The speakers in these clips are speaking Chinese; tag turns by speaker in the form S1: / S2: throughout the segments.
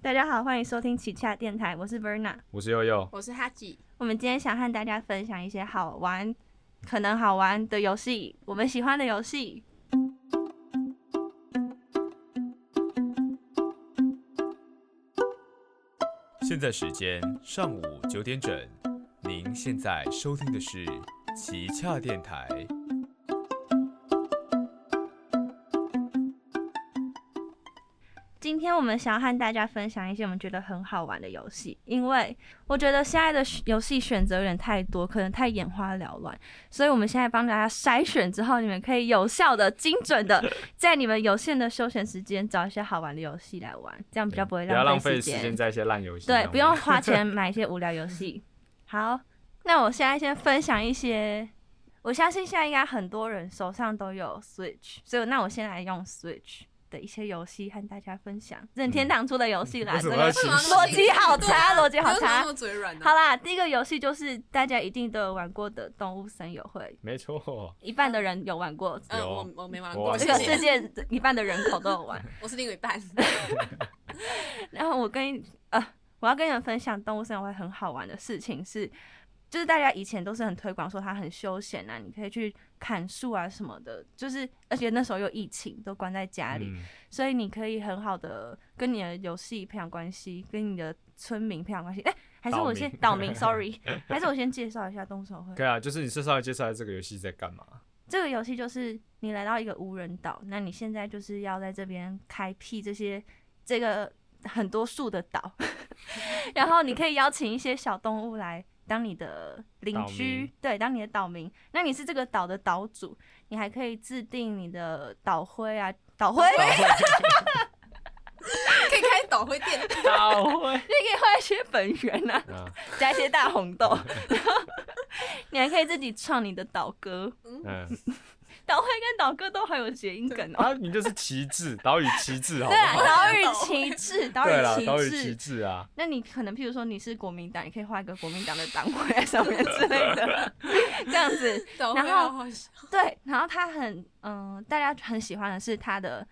S1: 大家好，欢迎收听奇恰电台，我是 Verna。
S2: 我是悠悠，
S3: 我是哈吉，
S1: 我们今天想和大家分享一些好玩、可能好玩的游戏，我们喜欢的游戏。
S2: 现在时间上午九点整，您现在收听的是奇恰电台。
S1: 今天我们想要和大家分享一些我们觉得很好玩的游戏，因为我觉得现在的选游戏选择有点太多，可能太眼花缭乱，所以我们现在帮大家筛选之后，你们可以有效的、精准的在你们有限的休闲时间找一些好玩的游戏来玩，这样比较不会
S2: 哎不要浪费
S1: 费
S2: 时间在一些烂游戏上
S1: 对，
S2: 面。
S1: 不用花 钱买一些无聊游戏。好，那我现在先分享一些，我相信现在应该很多人手上都有 Switch，所以那我先来用 Switch 的一些游戏和大家分享任天堂出的游戏啦。
S2: 嗯为什
S1: 这
S2: 么
S1: 个
S2: 要
S3: 为什么要那么
S1: 逻辑好差，逻辑
S3: 你
S1: 好
S3: 啊为什么
S1: 差
S3: 那。么嘴软呢、啊
S1: 好啦，第一个游戏就是大家一定都有玩过的《动物森友会》，
S2: 没错，
S1: 一半的人有玩过，
S3: 嗯，
S2: 有啊
S3: 我我没玩
S2: 我
S3: 过，
S2: 玩
S1: 这
S3: 谢
S1: 个
S2: 过
S1: 世
S3: 谢。
S1: 界的一半的人口都有玩。
S3: 我是另一 半，
S1: 然后我跟你呃，我要跟你们分享动物森友会很好玩的事情是，就是大家以前都是很推广说它很休闲啊，你可以去砍树啊什么的，就是而且那时候又疫情，都关在家里，
S2: 嗯，
S1: 所以你可以很好的跟你的游戏培养关系，跟你的村民培养关系。哎、还是我先岛
S2: 岛
S1: 民
S2: 民
S1: ，sorry，还是我先介绍一下动物森友会
S2: 可以啊，就是你介绍介绍这个游戏在干嘛？
S1: 这个游戏，就是你来到一个无人岛，那你现在就是要在这边开辟这些这个很多树的岛， 然后你可以邀请一些小动物来当你的邻
S2: 岛
S1: 居
S2: 民，
S1: 对，当你的岛民。那你是这个岛的岛主，你还可以制定你的岛徽啊，岛 徽，你
S3: 可以开岛徽店，
S2: 好会
S1: 可以画一些本源啊，
S2: 啊，
S1: 加一些大红豆， 然后你还可以自己创你的岛歌，
S2: 嗯，
S1: 岛徽跟岛歌都很有谐音梗哦。
S2: 啊，你就是旗帜，岛屿旗帜，好
S1: 对
S2: 不
S1: 啊，
S2: 好？
S1: 岛屿旗帜，岛
S2: 对啦，岛
S1: 屿旗
S2: 屿
S1: 帜
S2: 旗，帜啊，
S1: 那你可能，譬如说你是国民党，你可以画一个国民党的党徽在上面之类的，这样子。
S3: 岛徽
S1: 然后
S3: 好好笑。
S1: 对，然后它很，嗯、大家很喜欢的是它的，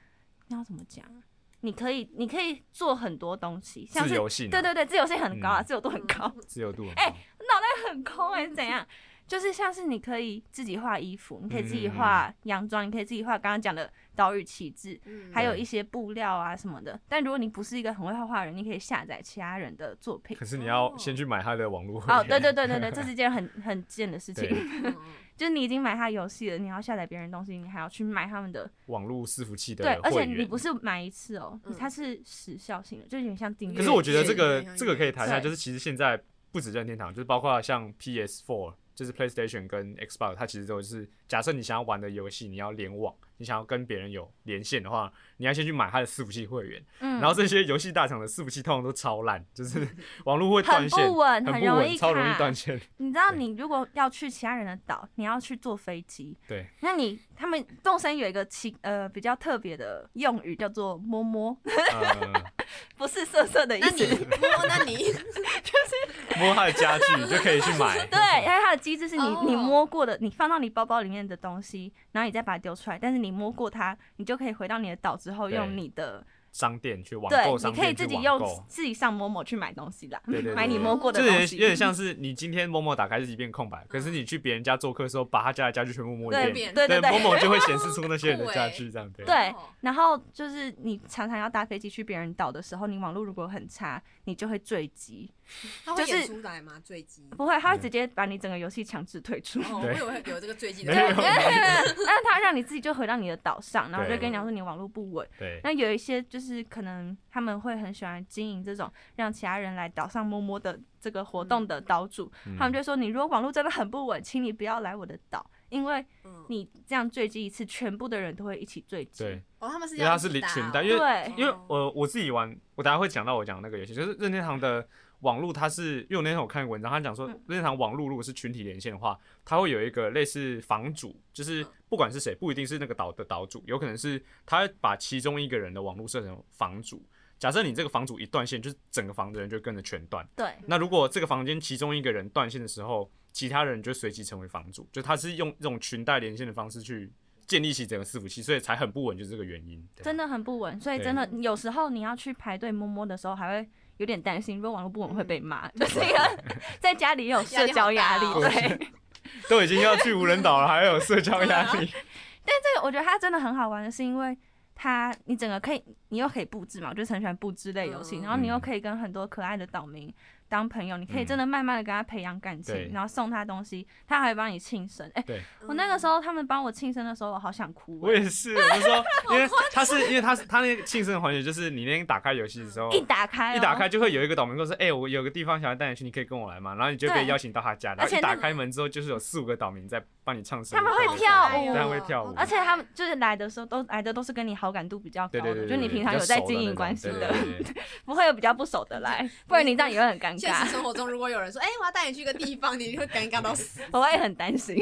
S1: 那要怎么讲啊？你可以，你可以做很多东西，像
S2: 自
S1: 是
S2: 由性啊，
S1: 对对对，自由性很高啊，
S2: 嗯
S1: 自由度很高，
S2: 自由度很高。
S1: 哎很空哎、是怎样？就是像是你可以自己画衣服，你可以自己
S2: 嗯嗯嗯
S1: 画洋装，你可以自己画刚刚讲的岛屿旗帜，
S3: 嗯
S1: 还有
S2: 对
S1: 一些布料啊什么的。但如果你不是一个很会画画的人，你可以下载其他人的作品
S2: 可。是你要先去买它的网络 会
S1: 哦，
S2: 员
S1: 对对对对对，这是一件很 很贱的事情。
S2: 对
S3: 嗯
S1: 就是你已经买他游戏了，你要下载别人的东西，你还要去买他们的。
S2: 网络伺服器的
S1: 对，而
S2: 会
S1: 且
S2: 员。
S1: 你不是买一次哦，
S3: 嗯
S1: 它是时效性的，就有点像订阅。
S2: 可是我觉得这
S3: 有
S2: 个
S3: 有有
S2: 这个可以谈一下，
S1: 对
S2: 就是其实现在不止任天堂，就是包括像 PS4，就是 PlayStation 跟 Xbox，它其实都是假设你想要玩的游戏，你要联网，你想要跟别人有连线的话，你要先去买它的伺服器会员，
S1: 嗯，
S2: 然后这些游戏大厂的伺服器通常都超烂， 就是网络会
S1: 很
S2: 断线，
S1: 不稳，
S2: 很
S1: 容
S2: 稳，
S1: 易
S2: 超容易
S1: 卡
S2: 断线。
S1: 你知道，
S2: 对
S1: 你如果要去其他人的岛，你要去坐飞机。
S2: 对。
S1: 那你他们动森有一个奇呃比较特别的用语，叫做“摸摸
S2: 呃，”，
S1: 不是色色的意
S3: 那你
S1: 思。
S3: 摸，那你
S2: 摸它的家具你就可以去 买。
S1: 对，因为它的机制是你、
S3: 哦
S1: 你摸过的，你放到你包包里面的东西，然后你再把它丢出来，但是你摸过它，你就可以回到你的岛之后
S2: 对
S1: 用你的
S2: 商店去网
S1: 对
S2: 购，商
S1: 你可以
S2: 店去
S1: 自己
S2: 网
S1: 用
S2: 购。
S1: 自己上某某去买东西啦，
S2: 对对对
S1: 买你
S2: 对
S1: 摸过的
S2: 就
S1: 东
S2: 有点
S1: 西，
S2: 有点像是你今天某某打开是一片空白，可是你去别人家做客的时候，把他家的家具全部摸一
S1: 对
S2: 遍，
S1: 对对
S2: 某
S1: 对
S2: 某就会显示出那些人的
S3: 酷欸
S2: 家具这样对。
S1: 对
S3: 哦，
S1: 然后就是你常常要搭飞机去别人岛的时候，你网络如果很差，你就会坠机，
S3: 他会演出来吗？坠机？
S1: 不会，它
S2: 哎
S1: 会直接把你整个游戏强制退出。
S3: 哦，我以为有这个坠机的
S2: 没有
S1: 对，那它让你自己就回到你的岛上，然后就
S2: 对
S1: 跟你讲说你网络不稳。
S2: 对
S1: 那有一些就是可能他们会很喜欢经营这种让其他人来岛上摸摸的这个活动的岛主，他
S2: 嗯
S1: 们就说你如果网络真的很不稳，请你不要来我的岛，因为
S3: 嗯，
S1: 你这样坠机一次，全部的人都会一起坠机。
S2: 对，
S3: 哦，他们是
S2: 因为它是连
S3: 全
S2: 全单，因为
S1: 对
S2: 因为我我自己玩，我等下会讲到我讲的那个游戏，就是任天堂的网络，它是因为我那天有看文章，他讲说
S1: 嗯
S2: 任天堂网络如果是群体连线的话，它会有一个类似房主，就是不管是谁，不一定是那个岛的岛主，有可能是他把其中一个人的网络设成房主。假设你这个房主一断线，就是整个房的人就跟着全断。
S1: 对
S2: 那如果这个房间其中一个人断线的时候，其他人就随即成为房主，就他是用这种裙带连线的方式去建立起整个伺服器，所以才很不稳，就是这个原因。对啊
S1: 真的很不稳，所以真的有时候你要去排队摸摸的时候，还会有点担心，如果网络不稳会被骂， 就是一个在家里也有社交压力
S3: 压。力好大
S1: 对，
S2: 都已经要去无人岛了，还有社交压力。
S1: 啊这个我觉得它真的很好玩的是，因为它你整个可以，你又可以布置嘛，我就是很喜欢布置类游戏，
S3: 嗯
S1: 然后你又可以跟很多可爱的岛民当朋友，你可以真的慢慢的跟他培养感情，
S2: 嗯对
S1: 然后送他东西，他还会帮你庆生。哎、
S2: 对
S3: 嗯
S1: 我那个时候他们帮我庆生的时候，我好想哭、
S2: 我也是，我就 说，因为他是因为他是他那个庆生环节，就是你那天打开游戏的时候，
S1: 哦一打开、
S2: 一打开，就会有一个岛民跟我说：“哎、我有个地方想要带你去，你可以跟我来吗？”然后你就被
S1: 对
S2: 邀请到他家，然
S1: 而
S2: 后
S1: 且
S2: 一
S1: 那
S2: 打开门之后，就是有四五个岛民在帮你唱生日
S1: 他们
S2: 快
S1: 会
S2: 乐歌，
S1: 跳舞
S2: 对他们会跳舞，
S1: 而且他们就是来的时候都来的都是跟你好感度比较高
S2: 对
S1: 的，
S2: 对对，
S1: 就你
S2: 对
S1: 平常有在经营关系的，，
S2: 对比较熟那种对对对对
S1: 不会有比较不熟的来，不然你这样也会很 尴
S3: 现实
S1: 尬，
S3: 生活中，如果有人说：“哎、 我要带你去一个地方”，你就会尴尬到死。
S1: 我会很担心。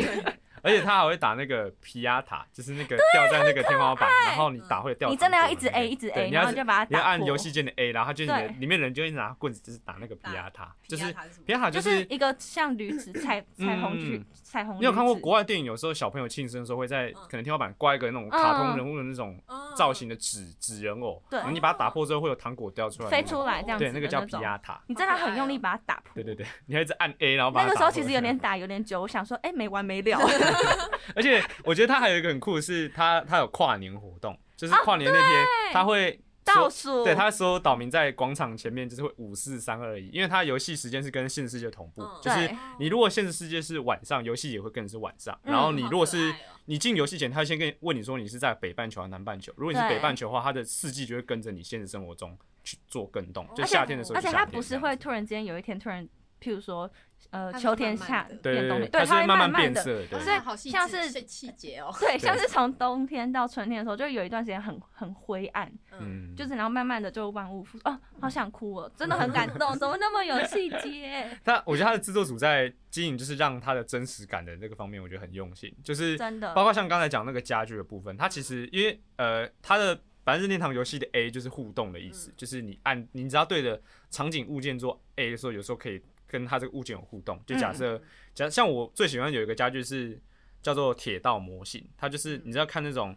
S2: 而且他还会打那个皮亚塔，就是那个
S1: 啊
S2: 掉在那个天花板，然后你打会掉
S1: 你
S2: 头的那个。
S1: 真的要一直 A 一直
S2: 对
S1: A，
S2: 你
S1: 然
S2: 要
S1: 后
S2: 是
S1: 就把它
S2: 你要
S1: 打破。
S2: 按游戏键的 A，然后他就你的
S1: 对
S2: 里面人就会拿棍子，就是打那个皮亚塔， 就是
S3: 皮亚塔是什么
S2: 皮亚塔就
S1: 就是是。一个像驴子彩彩虹去
S2: 嗯
S1: 彩虹。
S2: 你有看过国？外电影？有时候小朋友庆生的时候，会在
S3: 嗯
S2: 可能天花板挂一个那种卡通
S1: 嗯
S2: 人物的那种
S3: 嗯
S2: 造型的纸纸人偶，
S1: 对
S2: 然后你把它打破之后会有糖果掉出来，
S1: 飞出来这样子
S2: 对，
S1: 的
S2: 那个叫皮啊
S1: 种
S2: 亚塔，
S1: 你真的很用力把它打破。
S2: 对对对，你还一直按 A，然后把
S1: 那
S2: 它
S1: 个时
S2: 打
S1: 候
S2: 破
S1: 其实有 点打有点久，我想说，哎，没完没了。对
S2: 而且我觉得他还有一个很酷的是，他他有跨年活动，就是跨年那天他会
S1: 啊倒
S2: 说
S1: 数
S2: 对，他所有岛民在广场前面就是会五四三二一，因为他游戏时间是跟现实世界同步
S3: 嗯，
S2: 就是
S1: 对
S2: 你如果现实世界是晚上，游戏也会跟着是晚上。
S1: 嗯
S2: 然后你如果是
S3: 哦
S2: 你进游戏前，他会先跟你问你说你是在北半球还是南半球。如果你是
S1: 对
S2: 北半球的话，它的四季就会跟着你现实生活中去做更动，就
S3: 而且
S2: 夏天的时候
S1: 而
S2: 就
S1: 且
S2: 夏天
S1: 它
S2: 这样子，
S1: 不是会突然间有一天突然，譬如说，呃，
S3: 它是
S1: 秋天
S3: 慢慢
S1: 夏
S3: 的
S2: 对
S1: 变冬
S2: 对
S1: 天，
S2: 对，
S1: 对，
S2: 它
S1: 它
S2: 是
S1: 会
S2: 慢
S1: 慢
S2: 变
S1: 的。
S2: 色，对
S1: 所以
S3: 好细
S1: 像
S3: 致
S1: 是
S3: 这细节哦。
S1: 对，像是从冬天到春天的时候，就有一段时间很很灰暗，
S3: 嗯，
S2: 嗯，
S1: 就是然后慢慢的就万物复苏。哦，好想哭哦，真的很感 动，怎么那么有细节？
S2: 他我觉得他的制作组在经营，就是让他的真实感的那个方面，我觉得很用心，就是
S1: 真的
S2: 包括像刚才讲那个家具的部分，它其实因为呃，它的反正任天堂游戏的 A 就是互动的意思，
S3: 嗯
S2: 就是你按你只要对着场景物件做 A 的时候，有时候可以跟它这个物件有互动。就假
S1: 嗯
S2: 设、假像我最喜欢有一个家具是叫做铁道模型，它就是
S3: 嗯
S2: 你知道看那种。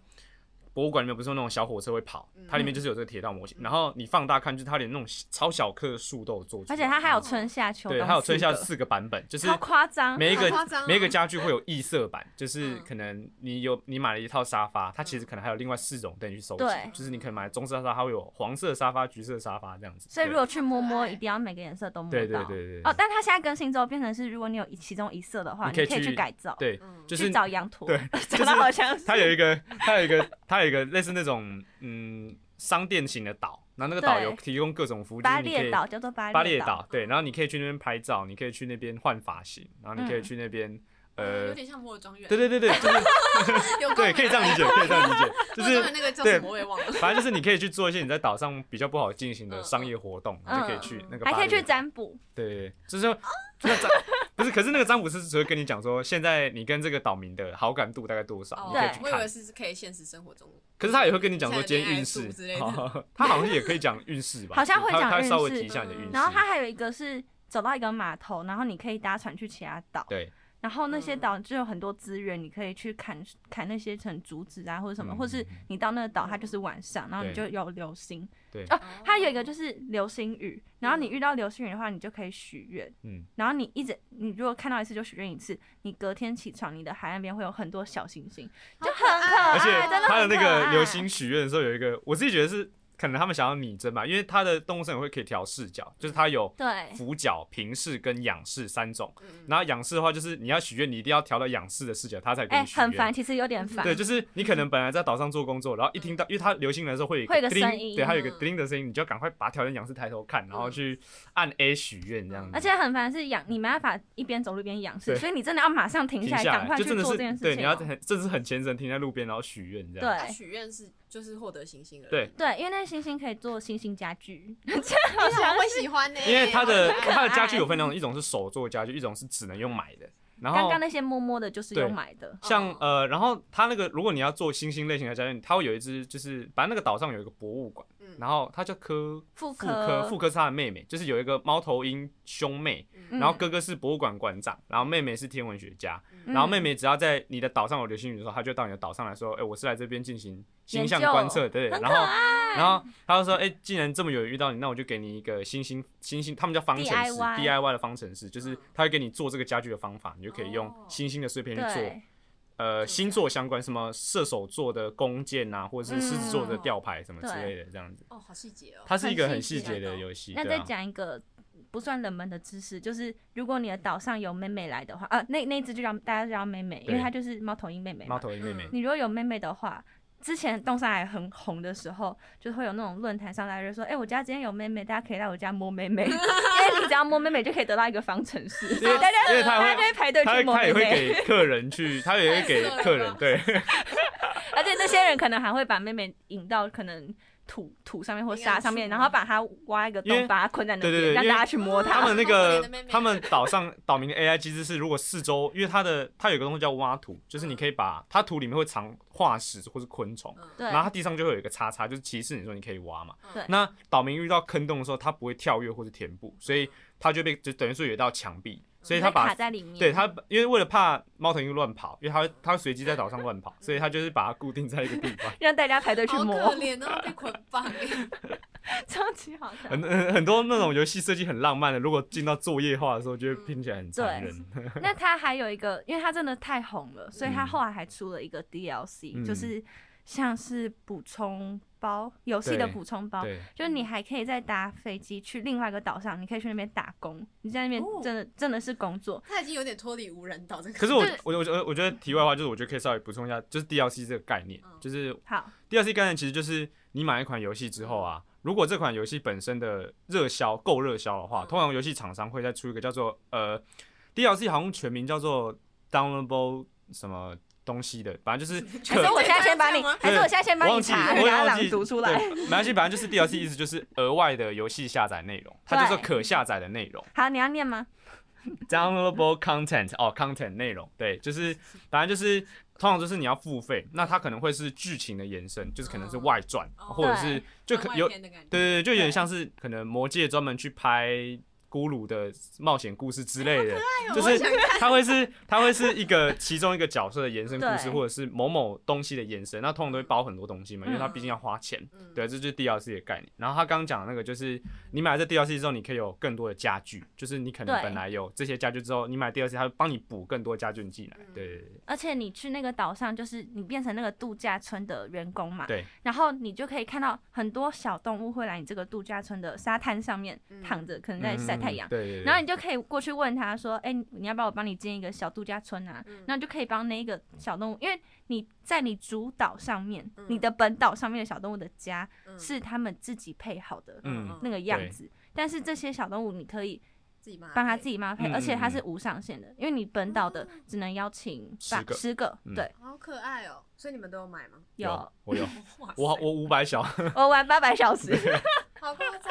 S2: 博物馆里面不是有那种小火车会跑，
S1: 嗯
S2: 它里面就是有这个铁道模型，
S3: 嗯
S2: 然后你放大看，就是它连那种超小棵的树都有做出来，嗯
S1: 而且它还有春夏秋冬
S2: 对，
S1: 四个，
S2: 它有春夏四个版本，就是
S1: 超夸张，
S2: 每一个、
S3: 好夸张哦
S2: 每一个家具会有异色版，就是
S3: 嗯
S2: 可能你有你买了一套沙发，它其实可能还有另外四种等你去收集
S1: 嗯对，
S2: 就是你可能买棕色沙发，它会有黄色沙发、橘色沙发这样子。
S1: 所以
S2: 对
S1: 如果去摸摸，一定要每个颜色都摸到。
S2: 对对对对对
S1: 哦，但它现在更新之后变成是，如果你有一其中一色的话，
S2: 你
S1: 你
S2: 可以去
S1: 去改造，
S2: 对，
S3: 嗯
S2: 就是
S1: 去找羊驼。
S2: 对，
S1: 长得好像是
S2: 它有一个它有一个它有一个类似那种嗯商店型的岛，然后那个岛有提供各种服务，就是
S1: 巴
S2: 你可
S1: 列
S2: 以
S1: 岛，嗯叫做巴
S2: 巴
S1: 列
S2: 列岛，对，然后你可以去那边拍照，你可以去那边换发型，然后你可
S1: 嗯
S2: 以去那边
S3: 有
S2: 呃，
S3: 点像摩尔庄园。
S2: 对对对对，就是
S3: 有
S2: 对，可以这样理解，可以这样理解，就是
S3: 摩尔庄园那个叫什么我也忘 了。
S2: 反正就是你可以去做一些你在岛上比较不好进行的商业活动，
S1: 嗯
S2: 你就可以去那个巴嗯
S1: 还
S2: 黎，
S1: 可以去占卜，
S2: 对对对，就是说那占 不是，可是那个占卜师只会跟你讲说，现在你跟这个岛民的好感度大概多少，
S3: 哦
S2: 你可以去
S3: 我以为
S2: 看。
S3: 是可以现实生活中。
S2: 可是他也会跟你讲说今天运
S3: 像
S2: 势
S3: 恋爱术之类，的
S2: 哦他好像也可以讲运势吧，
S1: 好像会讲
S2: 他他
S1: 运势嗯
S2: 稍微提一下你的运势。
S1: 然后它还有一个是走到一个码头，然后你可以搭船去其他岛，
S2: 对
S1: 然后那些
S3: 嗯
S1: 岛就有很多资源，你可以去砍砍那些成竹子啊或者什么，
S2: 嗯
S1: 或是你到那个岛它就是晚上，然后你就
S2: 对
S1: 有流星。
S2: 对
S1: 哦，它有一个就是流星雨，然后你
S3: 嗯
S1: 遇到流星雨的话，你就可以许愿。
S2: 嗯，
S1: 然后你一直，你如果看到一次就许愿一次，你隔天起床，你的海岸边会有很多小星星，
S3: 哦
S1: 就很可爱，
S2: 而且
S1: 啊真的
S2: 他的
S1: 很
S2: 那
S1: 可
S2: 个
S1: 爱
S2: 流星许愿的时候有一个，我自己觉得是可能他们想要拟真吧，因为他的动物森友会可以调视角，就是他有
S1: 对
S2: 俯角、平视跟仰视三种。
S3: 嗯
S2: 然后仰视的话，就是你要许愿，你一定要调到仰视的视角，他才给
S1: 哎、
S2: 你许愿。
S1: 很烦，其实有点烦，
S2: 对，就是你可能本来在岛上做工作，然后一听到，因为它流星来的时候会有一
S1: 嗯会有个
S2: 叮
S1: 声音嗯
S2: 对，它有一个
S3: 嗯
S2: 叮的声音，你就要赶快把它调成仰视抬头看，然后去按 A 许愿这样子。
S1: 而且很烦是仰，你没办法一边走路一边仰视，
S2: 对
S1: 所以你真的要马上停
S2: 停
S1: 下来，
S2: 下
S1: 赶
S2: 来，
S1: 快
S2: 就
S1: 去
S2: 真的
S1: 做这件
S2: 是
S1: 事情哦、
S2: 对，你要很，这是很虔诚停在路边，然后许愿这样。
S3: 他
S1: 对
S3: 许愿是就是获得星星而已。
S2: 对
S1: 对，因为那些星星可以做星星家具，
S3: 为什么会喜欢呢？
S2: 因为 它的
S3: 好可爱
S2: 它的家具有分两种，一种是手做家具，一种是只能用买的。然
S1: 刚
S2: 后
S1: 刚那些摸摸的就是
S2: 对
S1: 用买的，
S2: 像
S3: 哦
S2: 呃，然后它那个如果你要做星星类型的家具，它会有一只就是，反正那个岛上有一个博物馆，
S3: 嗯
S2: 然后他叫科
S1: 妇
S2: 妇
S1: 科
S2: 科，妇科是他的妹妹，就是有一个猫头鹰兄妹，
S1: 嗯
S2: 然后哥哥是博物馆馆长，然后妹妹是天文学家，
S1: 嗯
S2: 然后妹妹只要在你的岛上有流星雨的时候，她就到你的岛上来说，哎、我是来这边进行星象
S1: 研究
S2: 观测，对，然后然后她就说，哎、既然这么有缘遇到你，那我就给你一个星星星星，他们叫方程式
S1: DIY
S2: DIY 的方程式，
S1: 嗯
S2: 就是他会给你做这个家具的方法，你就可以用
S3: 哦
S2: 星星的碎片去做
S1: 对，
S2: 呃星座相关，什么射手座的弓箭啊，或者是狮子座的吊牌什么之类的，这样子。
S3: 哦，好细节哦。
S2: 它是一嗯个很
S1: 细
S2: 细
S1: 节
S2: 节的
S3: 的哦
S2: 游戏，
S1: 那
S2: 对
S1: 再
S2: 啊，
S1: 讲一个不算冷门的知识，就是如果你的岛上有妹妹来的话，啊，那那一只就让大家就叫妹妹，因为
S2: 对
S1: 她就是猫头鹰妹妹嘛
S2: 猫。头鹰妹 妹
S1: 你如果有妹妹的话，之前动上来很红的时候，就会有那种论坛上来就说，哎、我家今天有妹妹，大家可以来我家摸妹 妹，因为你只要摸妹妹就可以得到一个方程式，
S2: 因为
S1: 大家
S2: 因为它
S1: 大家
S2: 会
S1: 就会排队
S2: 他
S1: 去
S2: 会
S1: 摸
S2: 他
S1: 妹
S2: 也会
S1: 妹，
S2: 给客人去，他也会给客人对，
S1: 而且那些人可能还会把妹妹引到可能。土土上面或沙上面，
S3: 应该
S1: 然
S3: 是
S1: 后把它挖一个
S2: 因
S1: 洞，
S2: 为
S1: 把它困在那
S2: 对对
S1: 边，
S2: 对
S1: 让
S2: 因为
S1: 大家去摸它。
S2: 他们那
S3: 好可怜
S2: 个
S3: 的妹妹
S2: 他们岛上岛民的 AI 机制是，如果四周，因为它的它有一个东西叫挖土，就是你可以把它土里面会藏化石或是昆虫，
S1: 对
S2: 然后它地上就会有一个叉叉，就是提示你说你可以挖嘛。
S1: 对
S2: 那岛民遇到坑洞的时候，它不会跳跃或是填补，所以它就被就等于说有一道墙壁，所以它
S1: 会
S2: 把
S1: 卡在里面。
S2: 对它，因为为了怕猫头鹰乱跑，因为它会它会随机在岛上乱跑，所以它就是把它固定在一个地方。
S1: 让大家排队去
S3: 好可
S1: 摸，
S3: 怜哦，被捆绑 哎。
S1: 超级好笑。
S2: 很很很多那种游戏设计很浪漫的，如果进到作业化的时候，就会听起来很残忍。
S1: 那他还有一个，因为他真的太红了，所以他
S2: 嗯
S1: 后来还出了一个 DLC，、
S2: 嗯
S1: 就是像是补充包游戏的
S2: 对
S1: 补充包，
S2: 对，
S1: 就是你还可以再搭飞机去另外一个岛上，你可以去那边打工，你在那边
S3: 哦
S1: 真的、真的是工作。
S3: 他已经有点脱离无人岛这个。
S2: 可是我
S1: 对
S2: 我我觉得我觉得题外话就是，我觉得可以稍微补充一下，就是 DLC 这个概念
S3: 嗯，
S2: 就是
S1: 好，
S2: DLC 概念其实就是你买一款游戏之后啊，如果这款游戏本身的热销够热销的话，
S3: 嗯
S2: 通常游戏厂商会再出一个叫做呃 DLC，好像全名叫做 Downloadable 什么东西的，反正就是
S1: 还
S2: 可
S1: 是我现在先把你，
S3: 这样吗
S1: 还是我现在先把
S2: 忘
S1: 你
S2: 记
S1: 查，
S2: 我
S1: 给
S2: 也
S1: 他
S2: 忘
S1: 朗
S2: 记
S1: 读出来。
S2: 对没关系，反正就是 DLC 意思就是额外的游戏下载内容，它就
S1: 对
S2: 是可下载的内容。
S1: 好，你要念吗？
S2: downloadable content 哦，content 内容，对，就是反正就是通常就是你要付费，那它可能会是剧情的延伸，就是可能是外传，
S3: 哦
S2: 或者是就可
S3: 番外
S2: 有对
S3: 篇的感觉。
S2: 对对，就有点像是可能魔界专门去拍咕噜的冒险故事之类的，
S3: 哎呦
S2: 就
S3: 我
S2: 是
S3: 想看
S2: 它会是它会是一个其中一个角色的延伸故事，
S1: 对
S2: 或者是某某东西的延伸，那通常都会包很多东西嘛，因为它毕竟要花钱。
S3: 嗯
S2: 对，这就是 DLC 的概念。然后他刚刚讲的那个，就是你买了这 DLC 之后，你可以有更多的家具，就是你可能
S1: 对
S2: 本来有这些家具之后，你买 DLC，他会帮你补更多家具进来
S3: 嗯。
S2: 对对对
S1: 而且你去那个岛上，就是你变成那个度假村的员工嘛，
S2: 对，
S1: 然后你就可以看到很多小动物会来你这个度假村的沙滩上面
S3: 嗯
S1: 躺着，可能在
S2: 对，
S1: 晒
S2: 嗯
S1: 太阳，
S2: 对对对，
S1: 然后你就可以过去问他说，哎、你要不要我帮你建一个小度假村啊？
S3: 嗯
S1: 那你就可以帮那个小动物，因为你在你主岛上面，
S3: 嗯
S1: 你的本岛上面的小动物的家
S3: 嗯
S1: 是他们自己配好的
S2: 嗯
S1: 那个样
S2: 对
S1: 子，但是这些小动物你可以
S3: 自己
S1: 帮他自
S3: 己，
S1: 己妈配，
S2: 嗯
S1: 而且它
S2: 嗯嗯
S1: 是无上限的，因为你本岛
S3: 哦
S1: 的只能邀请
S2: 十
S1: 八
S2: 个
S1: 十个，
S2: 嗯
S1: 对，
S3: 好可爱哦。所以你们都有买吗？
S1: 有
S2: 有我有，
S3: 哇塞
S2: 我我五百 小，
S1: 我玩八百小 时，
S3: 好夸张。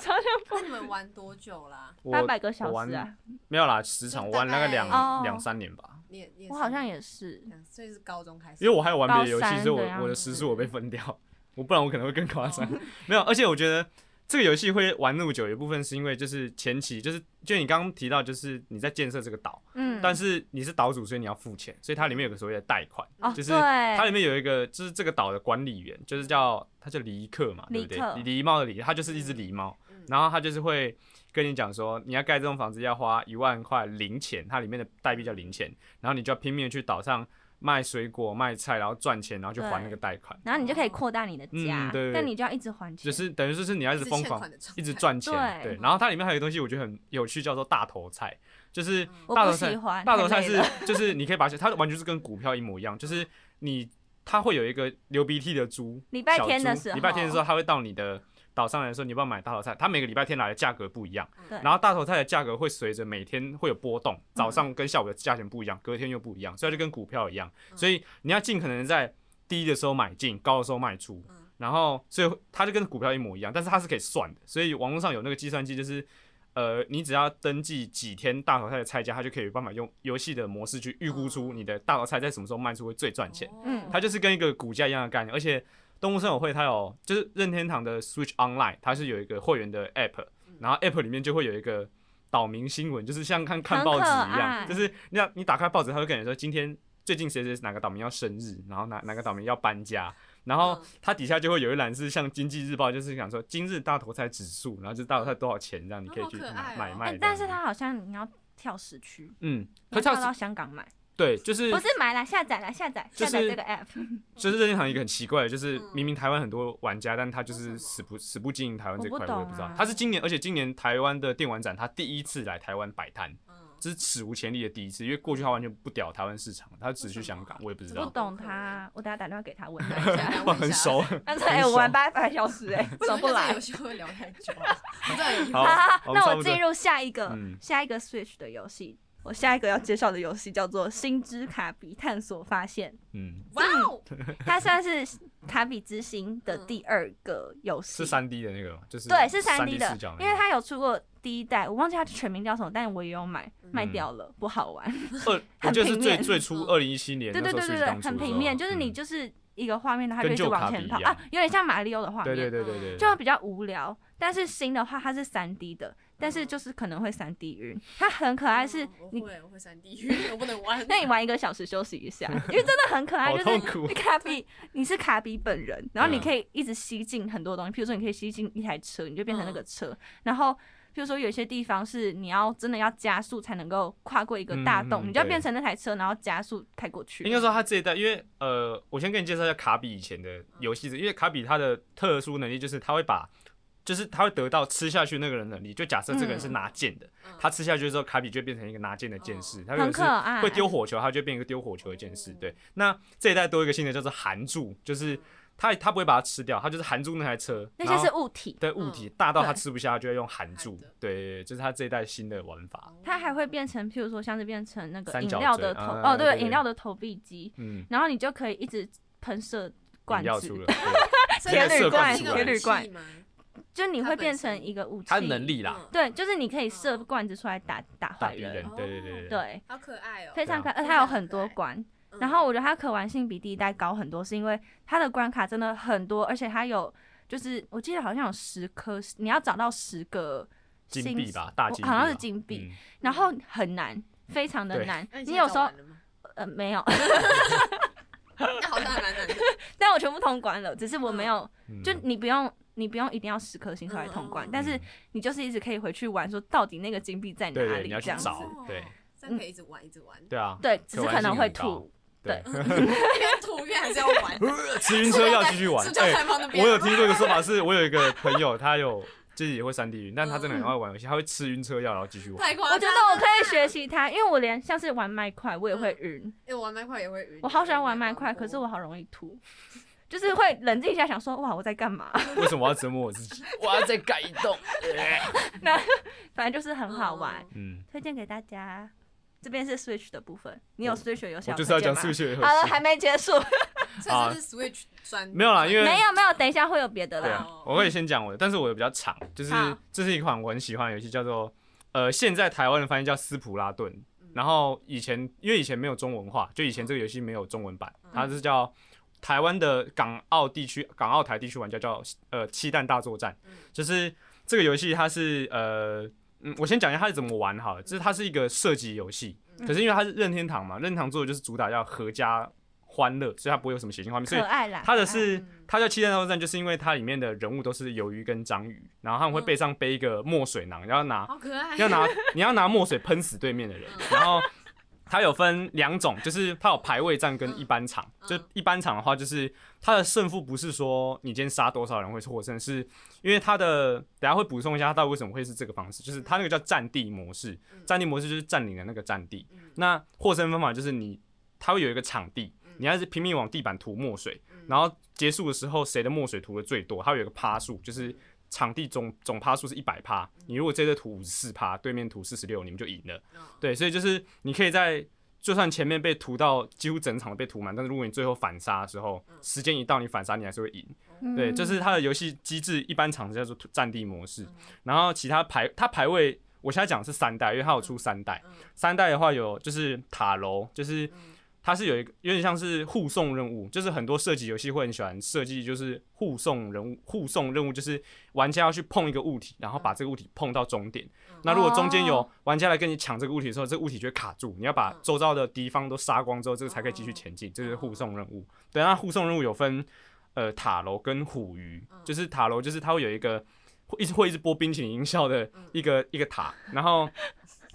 S1: 超像
S3: 那你们玩多久啊啦？
S2: 我
S1: 八百个小
S2: 我
S1: 时啊
S2: 玩！没有啦，时长
S3: 就
S2: 我
S3: 大
S2: 玩那个
S1: 概
S2: 两
S1: 哦
S2: 两三年吧，
S3: 你也你也
S1: 我
S3: 是
S1: 好像也是，
S3: 两，所以是高中开始。
S2: 因为我还有玩别的游
S1: 高
S2: 戏，
S1: 三
S2: 所以
S1: 的样子哦
S2: 我我的时速我被分掉，我不然我可能会更夸
S3: 哦
S2: 张。没有，而且我觉得这个游戏会玩那么久，一部分是因为就是前期就是就你刚刚提到，就是你在建设这个岛。
S1: 嗯，
S2: 但是你是岛主，所以你要付钱，所以它里面有个所谓的贷款，
S1: 哦，
S2: 就是它
S1: 对，
S2: 里面有一个就是这个岛的管理员，就是叫他叫狸克嘛，对不
S1: 狸克
S2: 对？狸猫的狸，它就是一只狸猫
S3: 嗯，
S2: 然后它就是会跟你讲说，你要盖这栋房子要花一万块零钱，它里面的代币叫零钱，然后你就要拼命地去岛上卖水果、卖菜，然后赚钱，然后去还那个贷款，
S1: 然后你就可以扩大你的家
S2: 嗯，对
S1: 但你就要一直还钱，
S2: 就是等于说是你要一直
S3: 是
S2: 疯
S3: 欠
S2: 狂
S3: 款的状态
S2: 一直赚钱，
S1: 对
S2: 对。然后它里面还有一个东西我觉得很有趣，叫做大头菜，就是
S3: 嗯
S1: 我
S2: 大
S1: 不
S2: 头菜
S1: 喜欢，
S2: 大
S1: 啊太
S2: 头菜
S1: 累
S2: 是
S1: 了
S2: 就是你可以把它完全就是跟股票一模一样，就是你它会有一个流鼻涕的猪，
S1: 礼拜天的
S2: 小猪
S1: 时候
S2: 礼拜天的时候它会到你的岛上来说，你要不要买大头菜？它每个礼拜天来的价格不一样
S3: 嗯
S1: 对，嗯
S2: 然后大头菜的价格会随着每天会有波动，早上跟下午的价钱不一样，隔天又不一样，所以它就跟股票一样，
S3: 嗯
S2: 所以你要尽可能在低的时候买进，高的时候卖出
S3: 嗯。
S2: 然后，所以它就跟股票一模一样，但是它是可以算的，所以网络上有那个计算机，就是呃，你只要登记几天大头菜的菜价，它就可以有办法用游戏的模式去预估出你的大头菜在什么时候卖出会最赚钱。
S3: 哦
S1: 嗯
S2: 它就是跟一个股价一样的概念，而且动物森友会它有就是任天堂的 Switch Online，它是有一个会员的 app，然
S1: 嗯
S2: 后 app 里面就会有一个岛民新闻，就是像看看
S1: 很
S2: 报纸
S1: 可
S2: 一样，
S1: 爱
S2: 就是你要你打开报纸，它会跟你说今天最近谁谁哪个岛民要生日，然后哪哪个岛民要搬家。然后
S3: 嗯
S2: 它底下就会有一栏是像《经济日报》，就是想说今日大头菜指数，然后就是大头菜多少钱，这样你可以
S3: 好
S2: 去
S3: 可
S2: 买
S3: 爱
S2: 买
S3: 哦
S2: 卖这样
S1: 哎
S2: 子。
S1: 但是它好像你要跳时区，
S2: 嗯，
S1: 你要
S2: 可
S1: 跳
S2: 它
S1: 到
S2: 是
S1: 香港买，
S2: 对，就是
S1: 不是买来下载来下载
S2: 就
S1: 下
S2: 是
S1: 载这个 app，
S2: 就是任天堂一个很奇怪的，就是
S3: 嗯
S2: 明明台湾很多玩家，但他就
S3: 为什
S2: 是
S3: 么
S2: 死不死不经营台湾这
S1: 我
S2: 块，
S1: 不
S2: 我也
S1: 懂
S2: 不知道
S1: 啊。
S2: 他是今年，而且今年台湾的电玩展，他第一次来台湾摆摊，
S3: 嗯，
S2: 这是史无前例的第一次，因为过去他完全不屌台湾市场，他只去香港，我也不知
S1: 不
S2: 道。
S1: 懂它，我等下打电话给他问 他
S3: 打
S1: 一
S3: 一
S1: 下。
S3: 下来
S2: 哇，
S3: 问一
S2: 很
S3: 下
S2: 熟。
S1: 但是哎、我玩八百小时哎、
S3: 为
S1: 怎
S3: 什么
S1: 不
S3: 跟这个
S1: 来
S3: 游？戏会聊太久 啊？我真的以
S2: 好
S3: 后
S1: 哈哈
S2: 我们
S1: 那
S2: 差
S1: 我
S2: 不多
S1: 进入下一个、
S2: 嗯
S1: 下一个 Switch 的游戏，我下一个要介绍的游戏叫做《星之卡比探索发现》。
S2: 嗯，
S3: 哇哦，
S1: 它算是《卡比之星》的第二个游戏，
S2: 是三 D 的那个吗，就是
S1: 对，是
S2: 三
S1: 三 D
S2: 视
S1: 的
S2: 角，那
S1: 因为
S2: 个。
S1: 它有出过第一代，我忘记它全名叫什么，但我也有嗯买，
S2: 嗯
S3: 嗯
S1: 卖掉了，不好玩。
S2: 二，我记得
S1: 很
S2: 是
S1: 平
S2: 最
S1: 面
S2: 最初二零一七年
S1: 对
S2: 那
S1: 对
S2: 时
S1: 对
S2: 候
S1: 对
S2: Switch
S1: 对
S2: 刚，出
S1: 很
S2: 的时
S1: 平
S2: 候
S1: 面，就是你
S2: 嗯
S1: 就是一个画面，然后它就
S2: 跟
S1: 一直
S2: 旧卡
S1: 往
S2: 比
S1: 前跑
S2: 一样
S1: 啊，有点像马里奥的画
S2: 对对
S1: 面，
S2: 对对对，
S1: 就比较无聊。但是新的话，它是三 D 的，但是就是可能会三 D 晕，它很可爱，是
S3: 嗯我
S1: 你
S3: 会我会闪地狱，我不能玩。
S1: 那你玩一个小时休息一 下，因为真的很可爱，
S2: 好
S1: 就
S2: 痛
S1: 是
S2: 苦
S1: 你。卡比，你是卡比本人，然后你
S2: 嗯
S1: 可以一直吸进很多东西，譬如说你可以吸进一台车，你就
S2: 嗯
S1: 变成那个车，然后。譬如说，有些地方是你要真的要加速才能够跨过一个大洞，
S2: 嗯嗯
S1: 你就要
S2: 对
S1: 变成那台车，然后加速开过去。
S2: 应该说他这一代，因为呃，我先跟你介绍一下卡比以前
S1: 嗯
S2: 的游戏，因为卡比他的特殊能力就是他会把，就是他会得到吃下去那个人的能力。就假设这个人是拿剑的，
S3: 嗯
S2: 他吃下去之后，卡比就变成一个拿剑的剑士，他
S1: 哦很
S2: 可
S1: 可
S2: 能
S1: 爱，
S2: 是会丢火球，他就变一个丢火球的剑士。对，那这一代多一个新的叫做含住，就是他他不会把它吃掉，他就是含住那台车，
S1: 那
S2: 然
S1: 些
S2: 后
S1: 是物体，
S2: 对物体
S3: 嗯
S2: 大到他
S1: 对
S2: 吃不下，他就会用含住
S3: 含着。
S2: 对对，对就是他这一代新的玩法。
S3: 哦
S1: 它还会变成譬如说像是变成那个
S2: 三
S1: 饮
S2: 角
S1: 料
S2: 锥
S1: 的投
S2: 啊
S1: 哦，
S2: 对对
S1: 对，
S2: 对
S1: 饮料的投币机，
S2: 嗯，
S1: 然后你就可以一直喷射罐
S2: 饮料
S1: 子
S2: 出，了。
S1: 铁
S2: 铝罐铁
S1: 铝罐
S3: 吗？嗯
S1: 就你
S3: 它
S1: 会
S3: 本
S1: 变成
S3: 身
S1: 一个武器。
S2: 他的能力啦，
S1: 对，就是你可以射罐子出来打打
S2: 打
S1: 坏
S2: 敌人
S1: 人，。
S2: 对对对。
S1: 对，
S3: 好可爱哦。
S1: 非常可
S2: 对啊
S1: 爱，而且
S3: 非
S1: 它有
S3: 常
S1: 很
S3: 可
S1: 多
S3: 爱
S1: 关。
S3: 嗯
S1: 然后我觉得它可玩性比第一代高很多，是因为它的关卡真的很多，而且它有就是我记得好像有十颗，你要找到十个
S2: 金
S1: 星
S2: 币吧，大
S1: 我
S2: 金币吧，
S1: 好像是金币，
S2: 嗯
S1: 然后很难，非常的
S2: 对
S1: 难。
S3: 那
S1: 你有时候
S3: 现在玩了吗
S1: 呃没有，
S3: 那好像还蛮难的。
S1: 但我全部通关了，只是我没有，
S2: 嗯
S1: 就你不用你不用一定要十颗星才来通关，
S3: 嗯嗯嗯
S1: 但是你就是一直可以回去玩，说到底那个金币在哪
S2: 对对
S1: 里
S2: 你要去
S1: 这样子。
S2: 找对
S3: 哦，这样可以一直玩一直 玩，
S2: 对啊，
S1: 对，只是
S2: 可玩
S1: 可能
S2: 性
S1: 会
S2: 很高
S1: 吐，
S3: 越图越还是要玩。
S2: 呃吃晕车要继续玩
S3: 塑。胶
S2: 哎，
S3: 袋放那边
S2: 我有听 过一个说法，是我有一个朋友，他有自己也会三 D 晕，但他真的很爱玩游戏，他会吃晕车药然后继续玩。
S3: 太夸张。
S1: 我觉得我可以学习它，因为我连像是玩麦块，我也会晕。
S3: 哎、我玩麦块也会晕。
S1: 我好喜欢玩麦块，可是我好容易吐， 就是会冷静一下，想说哇我在干嘛？
S2: 为什么我要折磨我自己？我要再改一栋。
S1: 反正就是很好玩
S3: 嗯，
S2: 嗯，
S1: 推荐给大家。这边是 Switch 的部分，你有
S2: 我
S1: Switch 的游戏
S2: 我
S1: 要
S2: 就是要
S1: 推荐
S2: 讲
S1: 吗
S2: 数学游戏
S1: 嗯好。了，还没 结束，
S3: 嗯所以这是 Switch 专
S2: 啊没有啦因为
S1: 没有没有，等一下会有别的
S2: 对
S1: 啦哦
S2: 啊。，我可以先讲我的，但是我的比较长，就是
S1: 好
S2: 这是一款我很喜欢的游戏，叫做呃，现在台湾的翻译叫斯普拉顿，
S1: 嗯
S2: 然后以前因为以前没有中文化，就以前这个游戏没有中文版，
S1: 嗯
S2: 它是叫台湾的港澳地区港澳台地区玩家叫呃七蛋大作战
S3: 嗯，
S2: 就是这个游戏它是呃嗯，我先讲一下它是怎么玩好了，
S1: 嗯
S2: 就是它是一个射击游戏，
S3: 嗯
S2: 可是因为它是任天堂嘛，任天堂做的就是主打要合家欢乐，所以它不会有什么血腥画面，所以
S1: 可爱啦。
S2: 它的
S1: 可爱
S2: 是
S3: 嗯
S2: 它叫《七蛋大作战》，就是因为它里面的人物都是鱿鱼跟章鱼，然后他们
S3: 嗯
S2: 会背上背一个墨水囊，然后拿
S3: 好可爱。
S2: 要拿你要拿墨水喷死对面的
S3: 嗯
S2: 人，然后。它有分两种，就是它有排位战跟一般场。
S3: 嗯
S2: 就一般场的话，就是它的胜负不是说你今天杀多少人会获胜，是因为它的等一下会补充一下它到底为什么会是这个方式，就是它那个叫战地模式。
S3: 嗯
S2: 战地模式就是占领了那个战地。那获胜方法就是你，它会有一个场地，
S3: 嗯
S2: 你要是拼命往地板涂墨水，然后结束的时候谁的墨水涂的最多，它会有一个趴数，就是场地总总趴数是一百趴，你如果这队涂五十四趴，对面涂四十六，你们就赢了。
S3: 嗯
S2: 对，所以就是你可以在就算前面被涂到几乎整场被涂满，但是如果你最后反杀的时候，时间一到你反杀，你还是会赢。对，
S1: 嗯
S2: 这是它的游戏机制，一般场叫做战地模
S3: 嗯
S2: 式，然后其他排它排位。
S3: 嗯
S2: 我现在讲的是三代，因为它有出三代。三代的话有就是塔楼，就是它是有一个有点像是护送任务，就是很多射击游戏会很喜欢设计，就是护送人物护送任务，就是玩家要去碰一个物体，然后把这个物体碰到终点。那如果中间有玩家来跟你抢这个物体的时候，这个物体就会卡住，你要把周遭的敌方都杀光之后，这个才可以继续前进，这就是护送任务。对，那护送任务有分呃塔楼跟虎鱼，就是塔楼就是它会有一个会一直会一直播冰淇淋音效的一个一个塔，然后。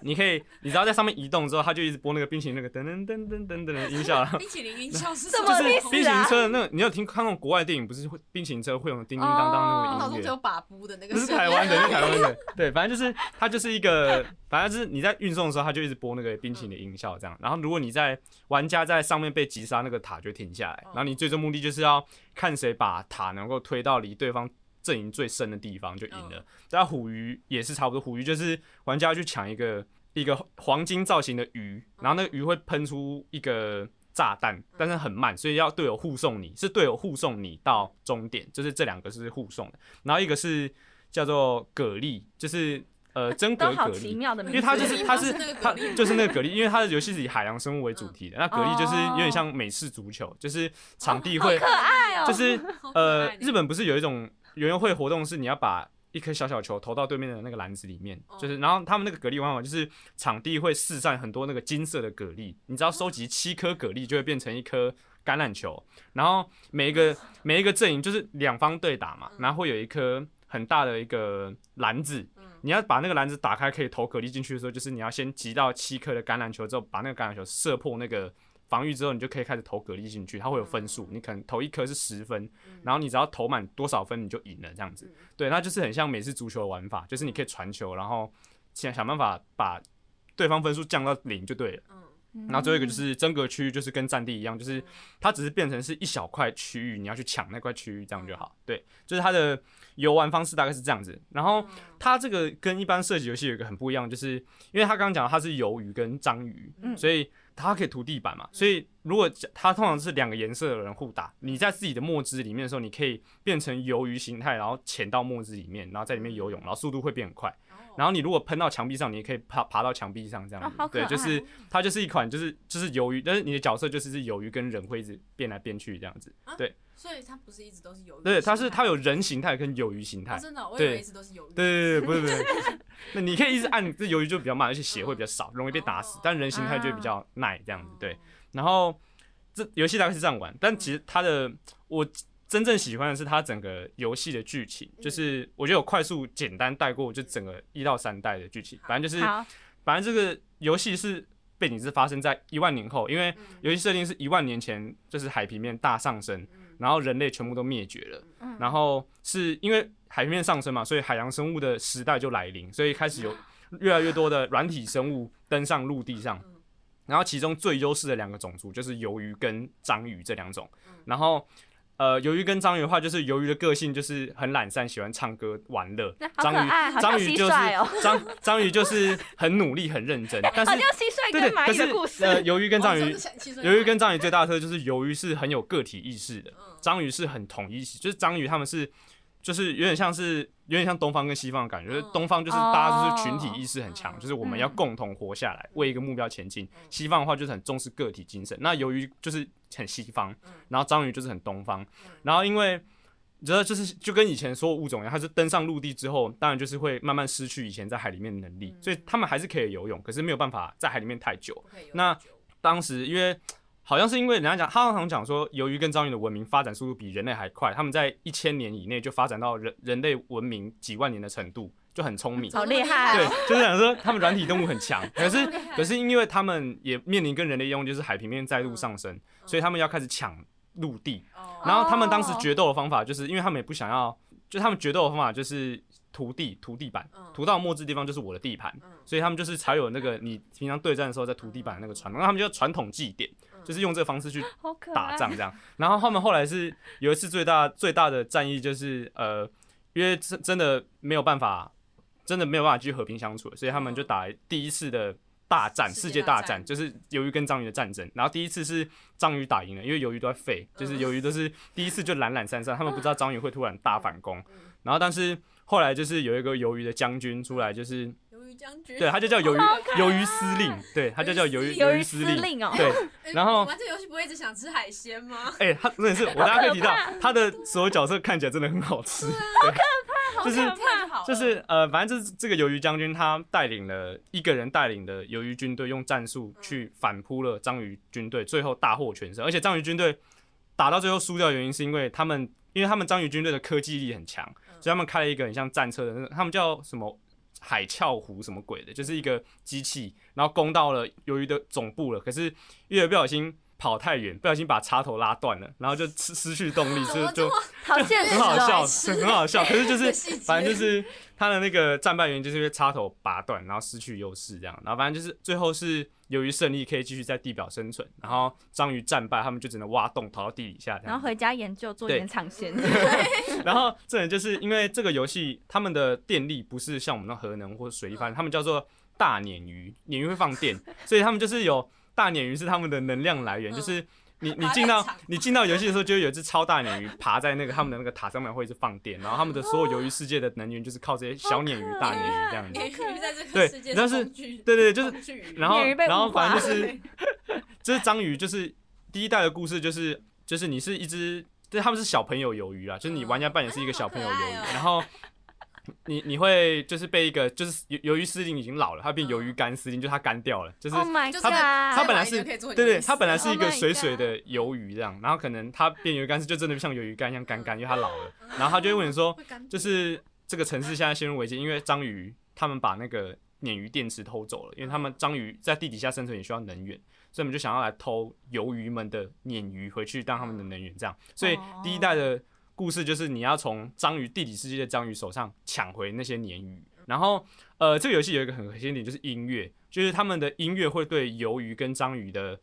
S2: 你可以，你只要在上面移动之后，它就一直播那个冰淇淋那个噔噔噔噔噔噔的音效，然后
S3: 冰淇淋音效是
S1: 什
S3: 什
S1: 么
S3: 么？
S2: 就是
S1: 意思啊
S2: 冰淇淋车的那个，你有听看过国外电影不是会冰淇淋车会有叮叮当
S1: 哦
S2: 当
S3: 脑
S2: 那个
S3: 中
S2: 音
S3: 只
S2: 乐
S3: 有？把布的那个
S2: 不是
S3: 声音。
S2: 台湾的，是 台湾的。对，反正就是它就是一个，反正就是你在运送的时候，它就一直播那个冰淇淋的音效这样。然后如果你在玩家在上面被击杀，那个塔就停下来。然后你最终目的就是要看谁把塔能够推到离对方阵营最深的地方就赢了。但虎鱼也是差不多，虎鱼就是玩家去抢一个一个黄金造型的鱼，然后那个鱼会喷出一个炸弹，但是很慢，所以要队友护送你，是队友护送你到终点，就是这两个是护送的，然后一个是叫做蛤蜊，就是呃真
S1: 啊嗯都
S2: 格
S1: 好
S2: 蛤
S1: 奇
S2: 蜊。
S1: 妙的
S2: 因
S1: 名字，
S2: 为它就是它
S3: 蛤蜊吗
S2: 是
S3: 是那个
S2: 它
S3: 蛤蜊
S2: 就是那个蛤蜊，因为它的游戏是以海洋生物为主题的，那蛤蜊就是
S1: 哦
S2: 有点像美式足球，就是场地会
S1: 可爱哦、
S2: 就是
S3: 好可爱
S2: 呃
S3: 呢，
S2: 日本不是有一种园游会活动，是你要把一颗小小球投到对面的那个篮子里面，
S3: 哦
S2: 就是然后他们那个蛤蜊玩法就是场地会四散很多那个金色的蛤蜊，你只要收集七颗蛤蜊就会变成一颗橄榄球，然后每一 个每一个阵营就是两方对打嘛，然后会有一颗很大的一个篮子，
S3: 嗯
S2: 你要把那个篮子打开，可以投蛤蜊进去的时候，就是你要先集到七颗的橄榄球之后，把那个橄榄球射破那个防御之后，你就可以开始投蛤蜊进去，它会有分数，你可能投一颗是十分，然后你只要投满多少分你就赢了，这样子。对，那就是很像美式足球的玩法，就是你可以传球，然后想想办法把对方分数降到零就对了。
S3: 嗯
S2: 然后最后一个就是真格区域，就是跟战地一样，就是它只是变成是一小块区域，你要去抢那块区域，这样就好。对，就是它的游玩方式大概是这样子。然
S3: 哦
S2: 后它这个跟一般射击游戏有一个很不一样，就是因为它刚刚讲它是鱿鱼跟章鱼，
S1: 嗯
S2: 所以它可以涂地板嘛。所以如果它通常是两个颜色的人互打，你在自己的墨汁里面的时候，你可以变成鱿鱼形态，然后潜到墨汁里面，然后在里面游泳，然后速度会变很快。然后你如果喷到墙壁上，你也可以爬爬到墙壁上这样
S1: 哦
S2: 子。
S1: 好可
S2: 对，
S1: 爱
S2: 就是它就是一款就是就是鱿鱼，但是你的角色就是是鱿鱼跟人会一直变来变去这样子。
S3: 所以它不是一直都是鱿鱼。
S2: 对，它是它有人形态跟鱿鱼形态
S3: 哦。真的哦，我以
S2: 对
S3: 为一直都是鱿鱼。
S2: 对对对，不是不是，不是那你可以一直按，这鱿鱼就比较慢，而且血会比较少，容易被打死
S3: 哦，
S2: 但人形态就会比较耐这样子。对，然后这游戏大概是这样玩，但其实它的我真正喜欢的是它整个游戏的剧情，就是我觉得有快速简单带过，就整个一到三代的剧情，反正就是
S1: 嗯好，
S2: 反正这个游戏是背景是发生在一万年后，因为
S3: 嗯
S2: 游戏设定是一万年前，就是海平面大上升，
S3: 嗯
S2: 然后人类全部都灭绝了，
S1: 嗯
S2: 然后是因为海平面上升嘛，所以海洋生物的时代就来临，所以开始有越来越多的软体生物登上陆地上
S3: 嗯。
S2: 然后其中最优势的两个种族就是鱿鱼跟章鱼这两种
S3: 嗯。
S2: 然后，呃，鱿鱼跟章鱼的话，就是鱿鱼的个性就是很懒散，喜欢唱歌玩乐
S1: 那。好
S2: 章
S1: 可
S2: 鱼
S1: 爱，好像
S2: 章鱼
S1: 蟋
S2: 就是
S1: 蟀哦、
S2: 章章鱼就是很努力、很认真，但是
S1: 好像蟋蟀
S2: 对
S1: 跟
S2: 对，
S1: 蚂
S2: 可
S1: 蚁的故事哦
S2: 是。呃，鱿鱼跟章鱼，鱿
S3: 鱿
S2: 鱼跟章鱼最大的特色就是鱿鱼是很有个体意识的，
S3: 嗯
S2: 章鱼是很统一，就是章鱼他们是就是有点像是有点像东方跟西方的感觉，就是东方就是
S1: 哦
S2: 大家就是群体意识很强，
S3: 嗯
S2: 就是我们要共同活下来，为一个目标前进。西方的话就是很重视个体精神，那鱿鱼就是很西方
S3: 嗯，
S2: 然后章鱼就是很东方
S3: 嗯，
S2: 然后因为。你知道，就是就跟以前所有物种一样，它是登上陆地之后，当然就是会慢慢失去以前在海里面的能力，
S3: 嗯
S2: 所以他们还是可以游泳，可是没有办法在海里面太久。
S3: 不可以有
S2: 那
S3: 酒
S2: 当时因为好像是因为人家讲，他好像讲说，由于跟章鱼的文明发展速度比人类还快，他们在一千年以内就发展到人人类文明几万年的程度，就很聪 明。
S1: 好厉害
S2: 对
S1: 哦，
S2: 就是想说他们软体动物很强，可是可是因为他们也面临跟人类一样，就是海平面再度上升，所以他们要开始抢陆地。
S3: 嗯哦
S2: 然后他们当时决斗的方法，就是因为他们也不想要，就他们决斗的方法就是涂地涂地板
S3: 嗯，
S2: 涂到末置地方就是我的地盘，
S3: 嗯
S2: 所以他们就是才有那个你平常对战的时候在涂地板的那个传统，那他们叫传统祭典，
S3: 嗯
S2: 就是用这个方式去
S1: 好可爱，
S2: 打仗 这样。然后他们后来是有一次最大最大的战役就是呃，因为真真的没有办法，真的没有办法继续和平相处了，所以他们就打第一次的大战，
S3: 世
S2: 世界
S3: 界大
S2: 大战，
S3: 战
S2: 就是鱿鱼跟章鱼的战争。然后第一次是章鱼打赢了，因为鱿鱼都在废，就是
S3: 嗯
S2: 鱿鱼都是第一次就懒懒散散，他们不知道章鱼会突然大反攻。然后但是后来就是有一个鱿鱼的将军出来，就是。
S3: 鱿鱼酱将 军，
S2: 对，它就叫鱿鱼鱿鱼司令，对，它就叫啊鱿鱼
S1: 鱿
S2: 鱼
S1: 鱼
S2: 司
S1: 司
S2: 令。
S1: 令哦，
S2: 对，
S3: 哎
S2: 然后
S3: 玩这游戏不会一直想吃海鲜吗？
S2: 哎、它真的是我大家可以提到，它的所有角色看起来真的很好吃，对，就是
S3: 这样就好了嗯
S2: 就是呃，反正就是这个鱿鱼将军他带领了一个人带领的鱿鱼军队，用战术
S3: 嗯
S2: 去反扑了章鱼军队，最后大获全胜。而且章鱼军队打到最后输掉，原因是因为他们，因为他们章鱼军队的科技力很强，
S3: 嗯
S2: 所以他们开了一个很像战车的那个，他们叫什么？海鞘湖什么鬼的，就是一个机器，然后攻到了鱿鱼的总部了。可是因为不小心跑太远，不小心把插头拉断了，然后就失失去动 力，
S3: 怎
S2: 就
S3: 么这
S2: 就
S3: 么
S1: 好现实
S2: 很好
S1: 哦，
S2: 笑，是很好笑。可是就
S3: 有
S2: 是
S3: 细，节
S2: 反正就是他的那个战败原因，就是因为插头拔断，然后失去优势这样。然后反正就是最后是由于胜利可以继续在地表生存，然后章鱼战败，他们就只能挖洞逃到地底下这
S1: 然后
S2: 样。
S1: 回家研究做
S2: 对
S1: 延长 线，
S2: 然后这人就是因为这个游戏，他们的电力不是像我们那核能或者水力发
S1: 嗯
S2: 电，他们叫做大鲶鱼，鲶鱼会放电，所以他们就是有大鲶鱼是他们的能量来源，
S3: 嗯
S2: 就是。你你
S3: 爬
S2: 进
S3: 在
S2: 到
S3: 场
S2: 你进到游戏的时候，就会有一只超大鲶鱼爬在那个他们的那个塔上面，会一直放电，然后他们的所有鱿鱼世界的能源就是靠这些小鲶鱼、大鲶鱼这样
S1: 哦
S2: 子。
S3: 鲶鱼在这
S2: 对
S3: 个世界
S2: 但是
S3: 工具，
S2: 对对对，就是
S3: 工具鱼
S2: 然后
S1: 鲶鱼被
S2: 然后
S1: 物化
S2: 反正就是，这是章鱼，就是第一代的故事，就是就是你是一只，就是他们是小朋友鱿鱼啊，就是你玩家扮演是一个小朋友鱿鱼，
S3: 嗯嗯哎好可爱哦
S2: 然后。你你会就是被一个就是鱿鱿鱼司令已经老了，他变鱿鱼干司令，就他干掉了，就是
S1: Oh my
S3: 就是
S1: god！
S2: 他本来是
S3: 再玩一个可以哦做你
S2: 对
S3: 的
S2: 对，
S3: 意思
S2: 它本来是一个
S1: Oh my
S2: 水水的鱿鱼这样，然后可能它变鱿鱼干是就真的像鱿鱼干一样干干，因为它老了，
S3: 嗯
S2: 然后他就会问你说，
S3: 会干瘪
S2: 就是这个城市现在陷入危机，因为章鱼他们把那个鲶鱼电池偷走了，因为他们章鱼在地底下生存也需要能源，所以我们就想要来偷鱿鱼们的鲶鱼回去当他们的能源，这样，所以
S1: 哦
S2: 第一代的故事就是你要从章鱼地底世界的章鱼手上抢回那些鲶鱼，然后呃，这个游戏有一个很核心点就是音乐，就是他们的音乐会对鱿鱼跟章鱼的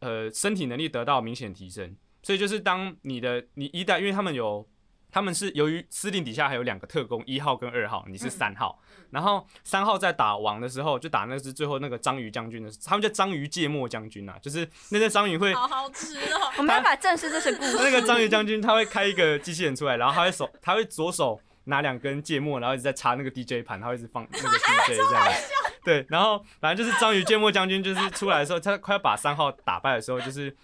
S2: 呃身体能力得到明显提升，所以就是当你的你一代，因为他们有他们是由于司令底下还有两个特工，一号跟二号，你是三号。然后三号在打王的时候，就打那只最后那个章鱼将军的，他们叫章鱼芥末将军啊，就是那只章鱼会，
S3: 好好吃哦，
S1: 我没办法正视这是故 事，
S2: 那个章鱼将军他会开一个机器人出来，然后他会手，他会左手拿两根芥末，然后一直在插那个 DJ 盘，他会一直放那个 DJ 这样。对，然后反正就是章鱼芥末将军，就是出来的时候，他快要把三号打败的时候，就是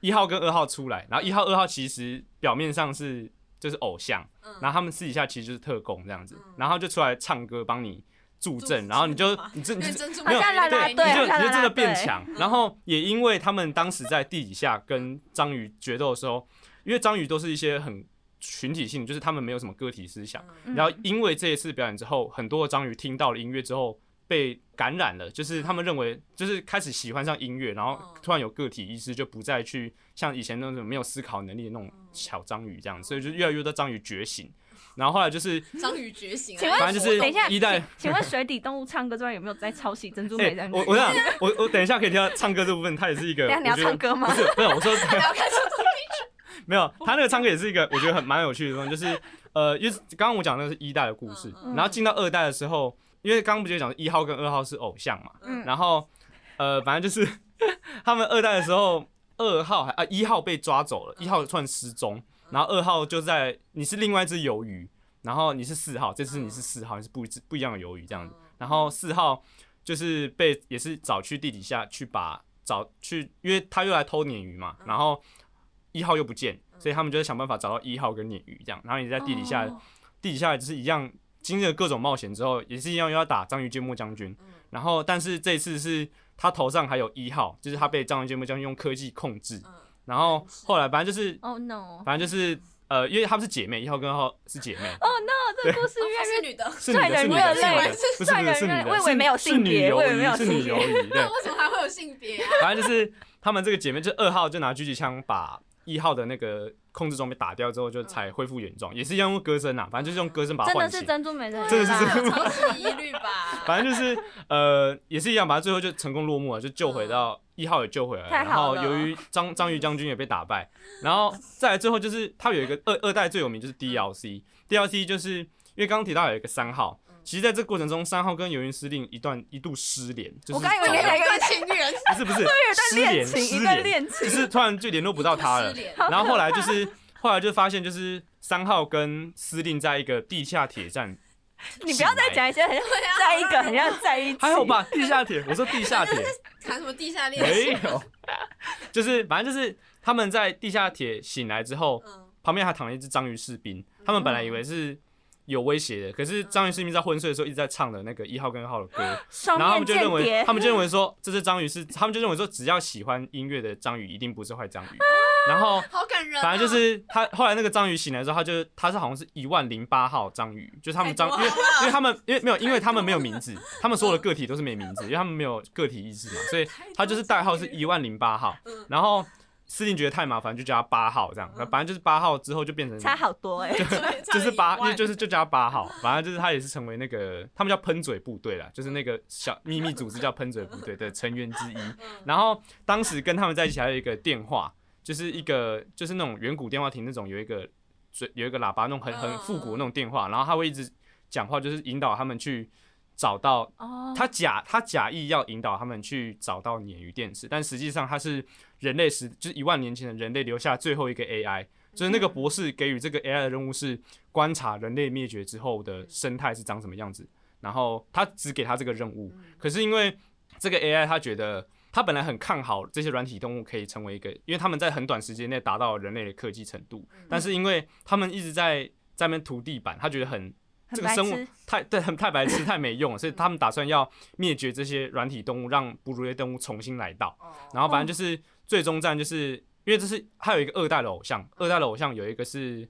S2: 一号跟二号出来，然后一号、二号其实表面上是就是偶像，
S3: 嗯
S2: 然后他们私底下其实就是特工这样子
S3: 嗯，
S2: 然后就出来唱歌帮你助
S3: 助
S2: 阵，然后你就你这
S3: 因
S2: 你
S3: 为
S2: 这
S3: 珍珠
S1: 好像啦啦
S2: 你
S1: 队
S2: 就
S1: 啦啦
S2: 你就真
S1: 啦
S2: 的变
S1: 队
S2: 强。然后也因为他们当时在地底下跟章鱼决斗的时候，因为章鱼都是一些很群体性，就是他们没有什么个体思想。
S1: 嗯
S2: 然后因为这一次表演之后，很多的章鱼听到了音乐之后被感染了，就是他们认为就是开始喜欢上音乐，然后
S3: 嗯
S2: 突然有个体意识，就不再去像以前那种没有思考能力的那种
S3: 嗯
S2: 小章鱼这样，所以就越来越多章鱼觉醒。然后后来就是，
S3: 章鱼觉醒 啊，
S1: 请问
S2: 反正就是
S1: 等一下
S2: 一代
S1: 请请问水底动物唱歌之外有没有在抄袭珍珠
S2: 哎、
S1: 美人鱼？
S2: 我我想我我等一下可以听到唱歌这部分，它也是一个，
S1: 等一下你要
S2: 我觉得
S1: 唱歌吗
S2: 不？是，没有，我说
S3: 要看什么？
S2: 没有，他那个唱歌也是一个我觉得很蛮有趣的地方，就是呃，因为刚刚我讲的是一代的故事，
S3: 嗯
S1: 嗯
S2: 然后进到二代的时候，因为刚刚不就讲一号跟二号是偶像嘛，
S1: 嗯
S2: 然后呃，反正就是 他们二代的时候，二号还啊一号被抓走
S3: 嗯
S2: 了，一号突然失踪，然后二号就在你是另外一只鱿鱼，然后你是四号，这次你是四号，你是不一只不一样的鱿鱼这样子，然后四号就是被也是找去地底下去把找去，因为他又来偷鲶鱼嘛，然后一号又不见，所以他们就想办法找到一号跟鲶鱼这样，然后你在地底下、
S1: 哦
S2: 地底下就是一样经历了各种冒险之后，也是一样又要打章鱼芥末将军，然后但是这次是他头上还有一号，就是他被章鱼芥末将军用科技控制，
S3: 嗯
S2: 然后后来反正就是
S1: 哦 no！
S2: 反正就是呃，因为他们是姐妹，一号跟二号是姐妹，
S1: 哦 no！这故事
S3: 哦她
S1: 越
S3: 是
S1: 越
S3: 女的，
S2: 是女的，
S1: 帅人
S2: 是女的，是女
S1: 越
S2: 的
S1: 累，
S2: 不是
S1: 帅
S2: 不是
S1: 人
S2: 是女
S1: 越累
S2: 的，
S1: 我以为
S2: 是
S1: 没有性别
S2: 是女
S1: 我以为没
S2: 鱿鱼，
S1: 有
S2: 是女
S1: 性
S2: 鱿鱼，对
S3: 那，为什么还会有性别啊？
S2: 反正就是他们这个姐妹，就二号就拿狙击枪把一号的那个控制装被打掉之后，就才恢复原状，也是一样用歌声啊，反正就是用歌 声把它
S1: 真的
S2: 唤
S1: 是
S2: 醒。
S1: 珍珠美人鱼吧，
S2: 真的是珍珠
S3: 超级疑虑吧？
S2: 反正就是呃，也是一样，把它最后就成功落幕了，就救回到一号也救回来了。
S1: 嗯太
S2: 然后
S1: 好了
S2: 由于章章鱼将军也被打败，然后再来最后就是它有一个二二代最有名就是 DLC，DLC 就是因为刚刚提到有一个三号，
S1: 嗯
S2: 其实在这过程中三号跟游云司令一段一度失联，就是
S1: 我刚以为你
S2: 走
S1: 要
S2: 了
S1: 讲一
S3: 对
S1: 段
S3: 情人，
S2: 不是不是
S1: 一
S2: 失
S1: 段
S2: 联
S1: 恋
S2: 失
S1: 情，一段
S2: 联，
S1: 恋
S2: 就
S1: 情，
S2: 是突然就联络不到他了
S3: 失。联
S2: 然后后来就是后来就发现就是三号跟司令在一个地下铁站
S1: 你不要再讲一些很像在一个很像在一起，
S2: 还好吧？地下铁，我说地下铁
S3: 谈什么地下恋
S2: 没
S3: 情？
S2: 有，就是反正就是他们在地下铁醒来之后，
S3: 嗯，
S2: 旁边还躺了一只章鱼士兵，他们本来以为是有威胁的，可是章鱼士兵在昏睡的时候一直在唱的那个一号跟二号的歌，
S1: 双
S2: 然后
S1: 面
S2: 他们就认
S1: 间
S2: 为，
S1: 谍
S2: 他，们就认为说这只章鱼是，他们就认为说只要喜欢音乐的章鱼一定不是坏章 鱼。然后
S3: 好感人、啊。
S2: 反正 就是他后来那个章鱼醒来之后，他就他是好像是一万零八号章鱼，就是他们章，
S3: 太
S2: 因
S3: 多
S2: 为
S3: 了
S2: 因为他们因为没有，因为他们没有名字，他们所
S3: 嗯
S2: 有的个体都是没名字，因为他们没有个体意识嘛，所以他就是代号是一万零八号
S3: 嗯，
S2: 然后。司令觉得太麻烦，就叫他八号这样。那反正就是八号之后就变成
S1: 差好多哎、
S2: 就是八，因为就是是就叫他八号，反正就是他也是成为那个他们叫喷嘴部队啦，就是那个小秘密组织叫喷嘴部队的成员之一。 然后当时跟他们在一起还有一个电话，就是一个就是那种远古电话亭那种有一个嘴有一个喇叭那种很很复古的那种电话，然后他会一直讲话，就是引导他们去找到
S1: 哦，
S2: 他假他假意要引导他们去找到鲶鱼电池，但实际上他是人类时就是一万年前的人类留下最后一个 AI，就是那个博士给予这个 AI 的任务是观察人类灭绝之后的生态是长什么样子，然后他只给他这个任务，
S3: 嗯
S2: 可是因为这个 AI 他觉得。他本来很看好这些软体动物可以成为一个，因为他们在很短时间内达到人类的科技程度，但是因为他们一直在在那边涂地板，他觉得很
S1: 很
S2: 这个
S1: 白
S2: 生物
S1: 痴
S2: 太对，很太白 痴，太没用了，所以他们打算要灭绝这些软体动物，让哺乳类动物重新来到。然后反正就是最终战，就是因为这是还有一个二代的偶像，二代的偶像有一个是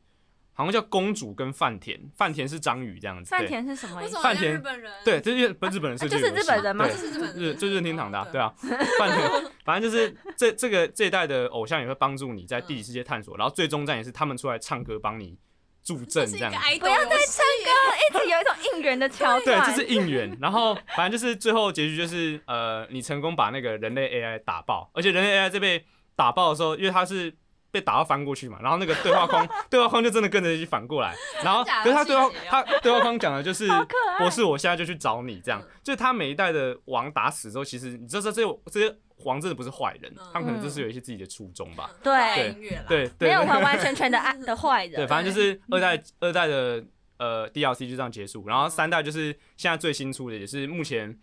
S2: 好像叫公主跟饭田，饭田是章鱼这样子。
S1: 饭田是什么
S3: 为
S1: 意
S3: 什
S1: 思？
S3: 么
S2: 饭
S3: 像
S2: 田
S3: 日本人？
S2: 对，对，这是日本日本人设计的
S1: 就是哦
S2: 游戏
S1: 日本人吗
S3: 啊，
S2: 对
S3: 这是日本
S2: 日
S3: 人，
S2: 就任天堂的啊、 对
S3: 啊，
S2: 啊，反正反正就是这这个这一代的偶像也会帮助你在地理世界探索，然后最终战也是他们出来唱歌帮你助阵
S3: 这是
S2: 啊这
S3: 一个
S2: 样子。
S3: idol，
S1: 不要再
S3: 唱
S1: 啊一直有一种应援的桥
S2: 对，
S1: 段，
S2: 这 是应援。然后反正就是最后结局就是呃，你成功把那个人类 AI 打爆，而且人类 AI 在被打爆的时候，因为它是。被打到翻过去嘛，然后那个对话框， 对话框就真的跟着一起反过来，然后
S3: 假
S2: 可
S3: 的
S2: 是他对话
S3: 细节哦
S2: 他对话框讲的 就是
S1: 好可爱
S2: 博士，我现在就去找你，这样
S3: 嗯
S2: 就是他每一代的王打死之后，其实你知道这这些这些王真的不是坏人
S3: 嗯，
S2: 他们可能就是有一些自己的初衷吧，
S1: 对
S3: 音乐啦，
S2: 对对
S1: 没有
S2: 对
S1: 完完全全的爱的坏人，
S2: 对，反正就是二代二代的呃 DLC 就这样结束，然后三代就是现在最新出的，也是目前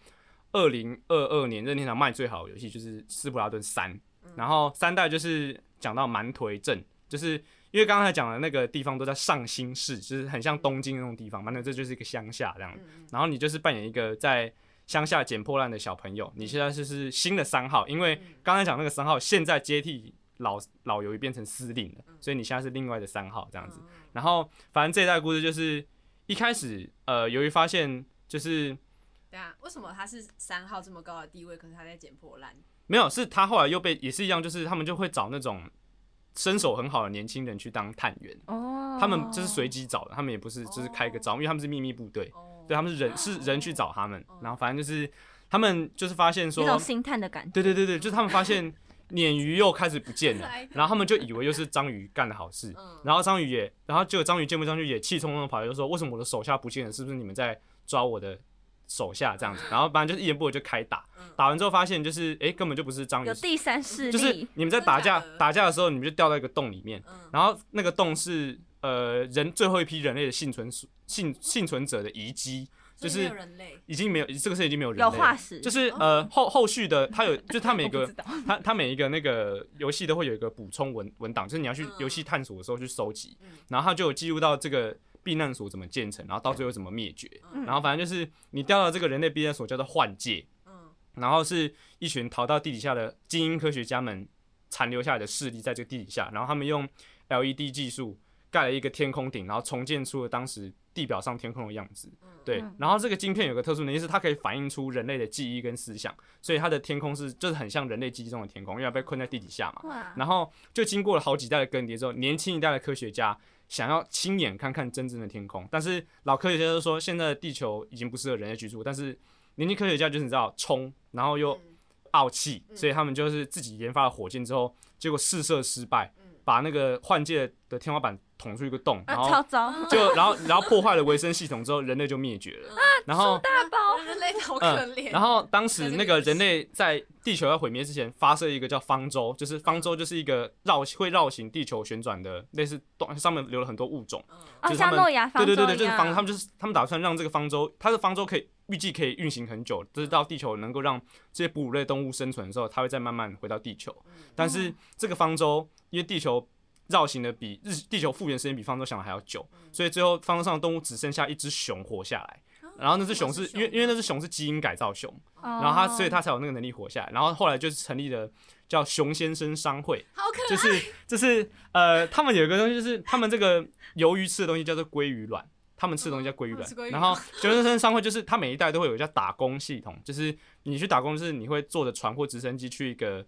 S2: 二零二二年任天堂卖最好的游戏，就是《斯普拉顿三》。然后三代就是讲到蛮颓镇，就是因为刚才讲的那个地方都在上新市，就是很像东京那种地方，蛮颓镇就是一个乡下这样子。
S3: 嗯，
S2: 然后你就是扮演一个在乡下捡破烂的小朋友，你现在就是新的三号，因为刚才讲那个三号现在接替老老鱿鱼变成司令了，所以你现在是另外的三号这样子。
S3: 嗯
S2: 然后反正这一代故事就是一开始呃，由于发现就是
S3: 对啊，为什么他是三号这么高的地位，可是他在捡破烂？
S2: 没有，是他后来又被也是一样，就是他们就会找那种身手很好的年轻人去当探员，
S1: 哦，
S2: 他们就是随机找的，他们也不是就是开个招，因为他们是秘密部队，
S3: 哦，
S2: 对，他们是人是人去找他们，然后反正就是他们就是发现说
S1: 一种星探的感觉，
S2: 对对对对，就是他们发现 鲶鱼又开始不见了
S3: 可 爱，
S2: 然后他们就以为又是章鱼干的好事，
S1: 嗯
S3: 嗯
S2: 然后章鱼也，然后结果章鱼见不上去也气冲冲地跑来就说：“为什么我的手下不见了？是不是你们在抓我的手下这样子？”然后反正就是一言不合就开打，打完之后发现就是哎、诶根本就不是章
S1: 嗯
S2: 鱼
S1: 有，第三势
S2: 就是
S1: 力，
S2: 你们在打架
S3: 真的假的
S2: 打架的时候你们就掉到一个洞里面
S3: 嗯，
S2: 然后那个洞是呃人最后一批人类的幸存幸幸存者的遗迹，就
S3: 所以没
S2: 是
S3: 有人类，
S2: 已经没有这个世界已经没有人类
S1: 有
S2: 了。
S1: 化石，哦
S2: 就是呃后后续的，它有就是它每
S1: 我
S2: 个
S1: 不知道
S2: 它它每一个那个游戏都会有一个补充文文档，就是你要去
S3: 嗯
S2: 游戏探索的时候去收集
S3: 嗯，
S2: 然后它就有记录到这个避难所怎么建成，然后到最后怎么灭绝，然后反正就是你掉到这个人类避难所叫做幻界，
S3: 嗯
S2: 然后是一群逃到地底下的精英科学家们残留下来的势力在这个地底下，然后他们用 LED 技术盖了一个天空顶，然后重建出了当时地表上天空的样子。对
S1: 嗯，
S2: 然后这个晶片有个特殊能力是它可以反映出人类的记忆跟思想，所以它的天空是就是很像人类记忆中的天空，因为它被困在地底下嘛。
S1: 哇，
S2: 然后就经过了好几代的更迭之后，年轻一代的科学家想要亲眼看看真正的天空，但是老科学家就说现在的地球已经不适合人类居住，但是年轻科学家就是你知道冲，然后又
S3: 嗯
S2: 傲气，所以他们就是自己研发了火箭之后，结果试射失败，把那个幻界的天花板捅出一个洞，
S1: 啊
S2: 然，
S1: 超
S2: 后
S1: 糟，
S2: 就然后然后破坏了维生系统之后，人类就灭绝了。 然后
S1: 大包
S3: 人类好可
S2: 嗯，
S3: 怜。
S2: 然后当时
S3: 在这
S2: 那
S3: 个
S2: 个
S3: 游戏
S2: 人类在地球要毁灭之前，发射一个叫方舟，就是方舟就是一个绕会绕行地球旋转的，类似动上面留了很多物种。
S3: 嗯
S1: 啊，
S2: 就是他
S1: 像
S2: 们
S1: 诺亚方
S2: 对对
S1: 舟
S2: 对对，
S1: 一
S2: 就是方，
S1: 样
S2: 他们就是他们打算让这个方舟，它的方舟可以预计可以运行很久，就是到地球能够让这些哺乳类动物生存的时候，它会再慢慢回到地球。
S1: 嗯
S2: 但是这个方舟，因为地球绕行的比日地球复原时间比方舟想的还要久，
S1: 嗯
S2: 所以最后方舟上的动物只剩下一只熊活下来。
S1: 哦
S2: 然后那只
S3: 啊
S2: 熊是因为因为那只熊是基因改造熊，
S1: 哦
S2: 然后它所以
S3: 哦
S2: 它才有那个能力活下来。然后后来就是成立了叫熊先生商会，
S3: 好
S2: 就
S3: 可怜，
S2: 是就是呃，他们有一个东西，就是他们这个鱿鱼吃的东西叫做鲑鱼卵，他们吃的东西叫鲑鱼
S3: 嗯他们
S2: 卵
S3: 吃鲑。鱼
S2: 然后学生生商会就是他每一代都会有一个叫打工系统，就是你去打工，就是你会坐着船或直升机去一个。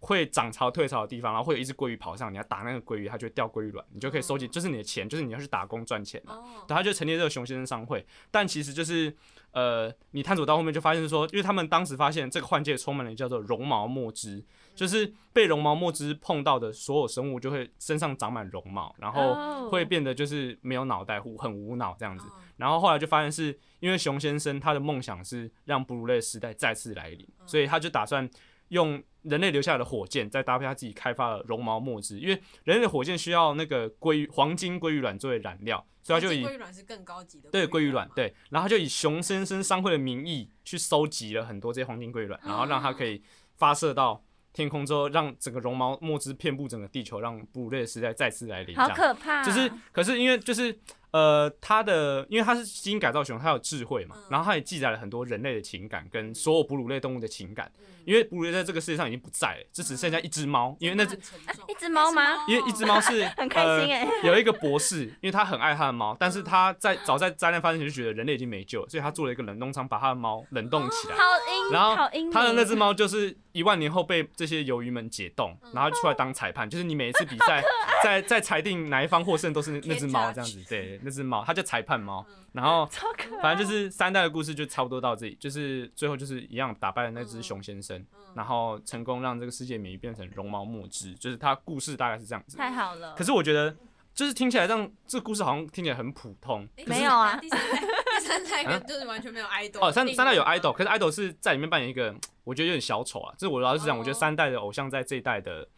S2: 会涨潮退潮的地方，然后会有一只鲑鱼跑上，你要打那个鲑鱼，它就会掉鲑鱼卵，你就可以收集，就是你的钱，就是你要去打工赚钱啊
S3: 哦，
S2: 对，他就成立这个熊先生商会，但其实就是呃，你探索到后面就发现说，因为他们当时发现这个幻界充满了叫做绒毛墨汁，就是被绒毛墨汁碰到的所有生物就会身上长满绒毛，然
S1: 哦
S2: 后会变得就是没有脑袋，很很无脑这样
S3: 哦
S2: 子。然后后来就发现是因为熊先生他的梦想是让哺乳类时代再次来临，
S3: 嗯
S2: 所以他就打算用人类留下来的火箭，再搭配他自己开发的绒毛墨汁，因为人类的火箭需要那个鲑鱼黄金鲑鱼卵作为燃料，所以他就以
S3: 鲑鱼卵是更高级的，
S2: 对鲑鱼卵，，对，然后他就以熊先生商会的名义去收集了很多这些黄金鲑鱼卵，然后让它可以
S3: 啊
S2: 发射到天空之后，让整个绒毛墨汁遍布整个地球，让哺乳类的时代再次来临。这
S1: 好
S2: 样。
S1: 可怕，啊
S2: 就是，可是因为就是呃，它的因为它是基因改造熊，它有智慧嘛
S3: 嗯，
S2: 然后它也记载了很多人类的情感跟所有哺乳类动物的情感，
S1: 嗯
S2: 因为哺乳类在这个世界上已经不在了，就只剩下一只猫，因为那只
S3: 只
S1: 哎一只猫吗？
S3: 哎
S2: 因为一只 猫是
S1: 嗯很开心欸
S2: 呃，有一个博士，因为他很爱他的猫，但是他在早在灾难发生前就觉得人类已经没救了，所以他做了一个冷冻舱，把他的猫冷冻起来。
S1: 好阴，
S2: 然后
S1: 好阴，
S2: 他的那只猫就是一万年后被这些鱿鱼们解冻，然后出来当裁判，就是你每一次比赛在在裁定哪一方获胜都是那只猫这样子，对，那只猫，它叫裁判猫。然后
S1: 超可怕，
S2: 反正就是三代的故事就差不多到这里，就是最后就是一样打败了那只熊先
S3: 嗯
S2: 生，然后成功让这个世界免于变成绒毛墨汁，就是它故事大概是这样子。
S1: 太好了
S2: 可，是我觉得，就是听起来让这故事好像听起来很普通。
S3: 诶
S1: 没有啊
S3: 哎第三代，第三代跟就是完全没有 idol
S2: 啊哦，三
S3: 定义
S2: 三代有 idol，可是 idol 是在里面扮演一个，我觉得有点小丑啊。这我老实讲，
S3: 哦
S2: 我觉得三代的偶像在这一代的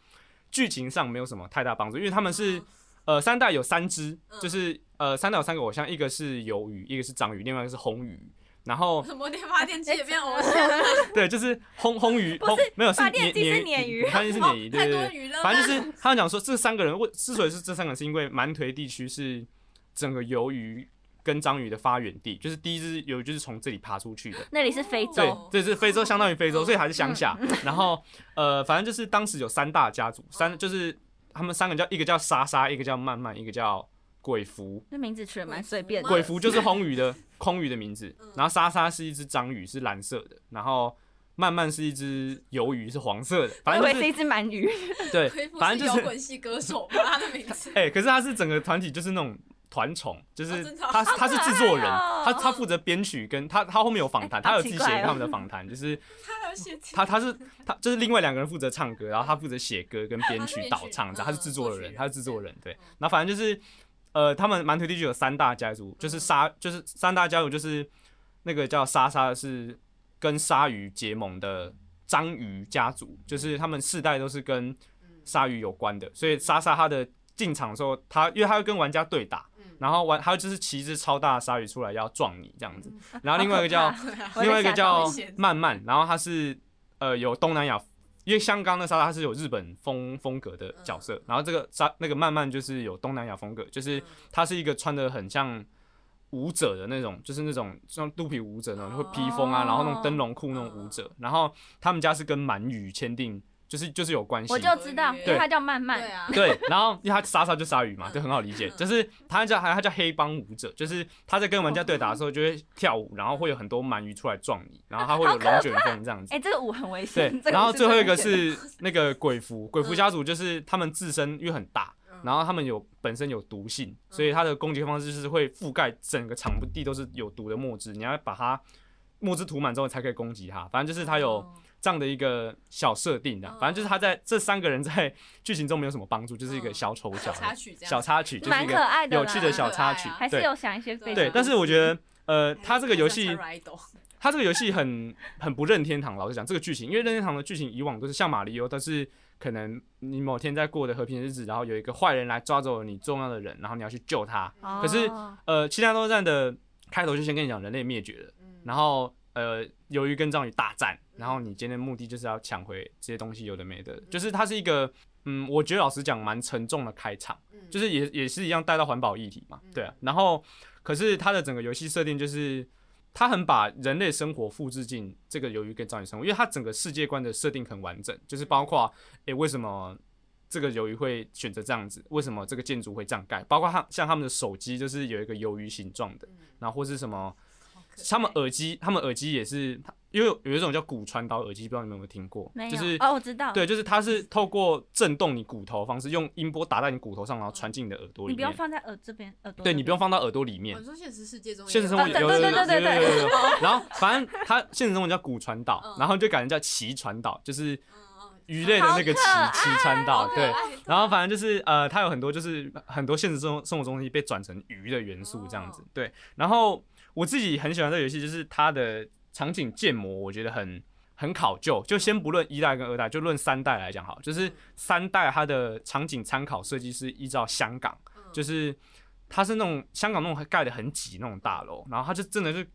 S2: 剧情上没有什么太大帮助，因为他们是呃三代有三只，就是呃三代有三个偶像，一个是鱿鱼，一个是章鱼，另外一个是红鱼。然 后
S3: 什么电发电机也变偶像，
S2: 对，就是红红鱼，
S1: 不是
S2: 红没有是
S1: 发
S2: 鲶
S1: 电机是鲶鱼
S2: 发电机是鲶鱼，对
S3: 太
S2: 对
S3: 多
S2: 对。
S3: 娱乐，
S2: 反正就是他们讲说，这三个人为之所以是这三个人，是因为蛮颓地区是整个鱿鱼跟章鱼的发源地，就是第一只鱿鱼就是从这里爬出去的。
S1: 那里是非
S2: 对
S1: 洲，，
S2: 这是非洲，相当于非
S1: 哦
S2: 洲，所以还是乡下。
S1: 嗯
S2: 然后，呃，反正就是当时有三大家族，三就是他们三个叫一个叫莎莎，一个叫曼曼，一个叫鬼福。
S1: 那名字取得蛮随便的，
S2: 鬼福就是红鱼
S1: 嗯
S2: 的空鱼的名字，然后莎莎是一只章鱼，是蓝色的，然后曼曼是一只鱿鱼，是黄色的。
S1: 我
S2: 反
S1: 以
S2: 正
S1: 为
S2: 就是
S1: 一只鳗鱼，
S2: 对
S3: 恢，复
S2: 反
S3: 是
S2: 正就
S3: 摇
S2: 是
S3: 滚系歌手吧，他的名字。
S2: 哎、可是他是整个团体就是那种团宠，就是
S3: 哦真的哦
S2: 他、他是制作人，
S1: 好可爱哦
S2: 他他负责编曲跟他他后面有访谈，
S1: 哎好
S2: 他有自己
S1: 奇怪
S2: 写
S1: 哦
S2: 他们的访谈，就是
S3: 他有写
S2: 他 他是他就是另外两个人负责唱歌，然后他负责写歌跟编
S3: 他是编
S2: 曲
S3: 曲
S2: 导唱，这样
S3: 嗯
S2: 他是制作
S3: 作
S2: 人，
S3: 曲人嗯
S2: 他是制作人对，然后反正就是呃，他们蛮推地区有三大家族，
S3: 嗯
S2: 就是鲨就是三大家族就是那个叫莎莎的是跟鲨鱼结盟的章鱼家族，就是他们世代都是跟
S3: 嗯
S2: 鲨鱼有关的，所以莎莎她的进场的时候，她因为她要跟玩家对打，
S3: 嗯
S2: 然后玩还有就是骑一只超大的鲨鱼出来要撞你这样子，
S3: 嗯
S2: 然后另外一个叫
S1: 好
S3: 啊
S1: 可我
S2: 另外一个
S1: 在想
S3: 到
S2: 叫
S3: 底是
S2: 曼曼，然后她是呃有东南亚，因为香港的莎莎她是有日本风风格的角
S1: 嗯
S2: 色，然后这个莎那个曼曼就是有东南亚风格，就是她是一个穿的很像。舞者的那种，就是那种像肚皮舞者那种，会披风啊，然后那种灯笼裤那种舞
S1: 哦
S2: 者，然后他们家是跟鳗鱼签订，就是就是有关系。
S1: 我就知道，因为
S2: 对
S1: 它叫曼
S3: 对
S1: 曼，
S3: 啊，
S2: 对，然后因为他莎莎就鲨鱼
S1: 嗯
S2: 嘛，就很好理解。就是他叫他他叫黑帮舞者，就是他在跟玩家对打的时候就会跳舞，然后会有很多鳗鱼出来撞你，然后他会有龙卷风这样子。
S1: 哎，这个舞很危险，
S2: 对，
S1: 这
S2: 然后
S1: 舞是
S2: 最后一个
S1: 真的危险
S2: 是那个鬼蝠， 鬼蝠家族就是他们自身因为很大，
S1: 嗯
S2: 然后他们有本身有毒性，所以它的攻击方式就是会覆盖整个场
S3: 哦
S2: 地都是有毒的墨汁，你要把它墨汁涂满之后才可以攻击它。反正就是它有这样的一个小设定的。
S3: 嗯
S2: 反正就是他在这三个人在 剧情中没有什么帮助，就是一个
S3: 嗯
S2: 小丑角
S3: 小、插曲这样，
S2: 小插曲，就是
S1: 蛮
S2: 一
S1: 可
S2: 个
S1: 爱的啦，
S2: 有趣的小插曲
S3: 蛮可爱啊。
S1: 还是
S2: 对
S1: 有想一些背景
S2: 对，但是我觉得。呃，他这个游戏
S3: 还是，还是有 Idol
S2: 他这个游戏很很不任天堂。老实讲，这个剧情，因为任天堂的剧情以往都是像马里奥，但是可能你某天在过的和平日子，然后有一个坏人来抓走了你重要的人，然后你要去救他。
S1: 哦，
S2: 可是呃，《七大作战》的开头就先跟你讲人类灭绝了，
S3: 嗯
S2: 然后呃，鱿鱼跟章鱼大战，然后你今天的目的就是要抢回这些东西，有的没的，就是它是一个嗯，我觉得老实讲蛮沉重的开场，
S3: 嗯
S2: 就是也也是一样带到环保议题嘛
S3: 嗯，
S2: 对啊，然后可是它的整个游戏设定就是。它很把人类生活复制进这个鱿鱼跟章鱼生活，因为它整个世界观的设定很完整，就是包括诶、为什么这个鱿鱼会选择这样子？为什么这个建筑会这样盖？包括他像他们的手机就是有一个鱿鱼形状的，
S3: 嗯
S2: 然后或是什么，
S3: 好可爱
S2: 他们耳机，他们耳机也是，因为有有一种叫骨传导耳机，不知道你们有没有听过
S1: 没？有
S2: 就是
S1: 哦，我知道，
S2: 对，就是它是透过震动你骨头的方式，用音波打在你骨头上，然后传进你的耳朵
S1: 你
S2: 里
S1: 不用
S2: 面。
S1: 放在耳这边，耳朵
S2: 对
S1: 这
S2: 你不用放到耳朵里面
S3: 哦，你说现实世界中也啊
S2: 现实生活
S1: 哦
S2: 有
S1: 对
S2: 有有
S1: 对
S2: 有
S3: 嗯
S1: 对对
S2: 有有有有，然后反正它现实生活叫骨传导，
S3: 嗯
S2: 然后就改成叫鳍传导，就是
S3: 嗯嗯
S2: 鱼类的那个鳍
S1: 好可哦
S2: 鳍传导，
S3: 好可
S2: 对。
S3: 爱
S2: 然后反正就是呃，它有很多就是很多现实中生活中西被转成鱼的元素这样子
S3: 哦，
S2: 对。然后我自己很喜欢这个游戏，就是它的场景建模，我觉得很很考究。就先不论一代跟二代，就论三代来讲好，就是三代它的场景参考设计是依照香港，
S3: 嗯
S2: 就是它是那种香港那种盖的很挤那种大楼，然后它就真的是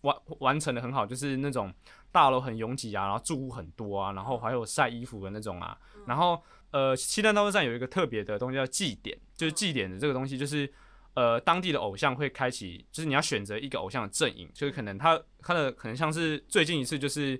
S2: 完完成的很好，就是那种大楼很拥挤啊，然后住户很多啊，然后还有晒衣服的那种啊，
S3: 嗯
S2: 然后呃，西南大陆站有一个特别的东西叫祭典，就是祭典的这个东西，就是呃当地的偶像会开启，就是你要选择一个偶像的阵营，就是可能他他的可能像是最近一次就是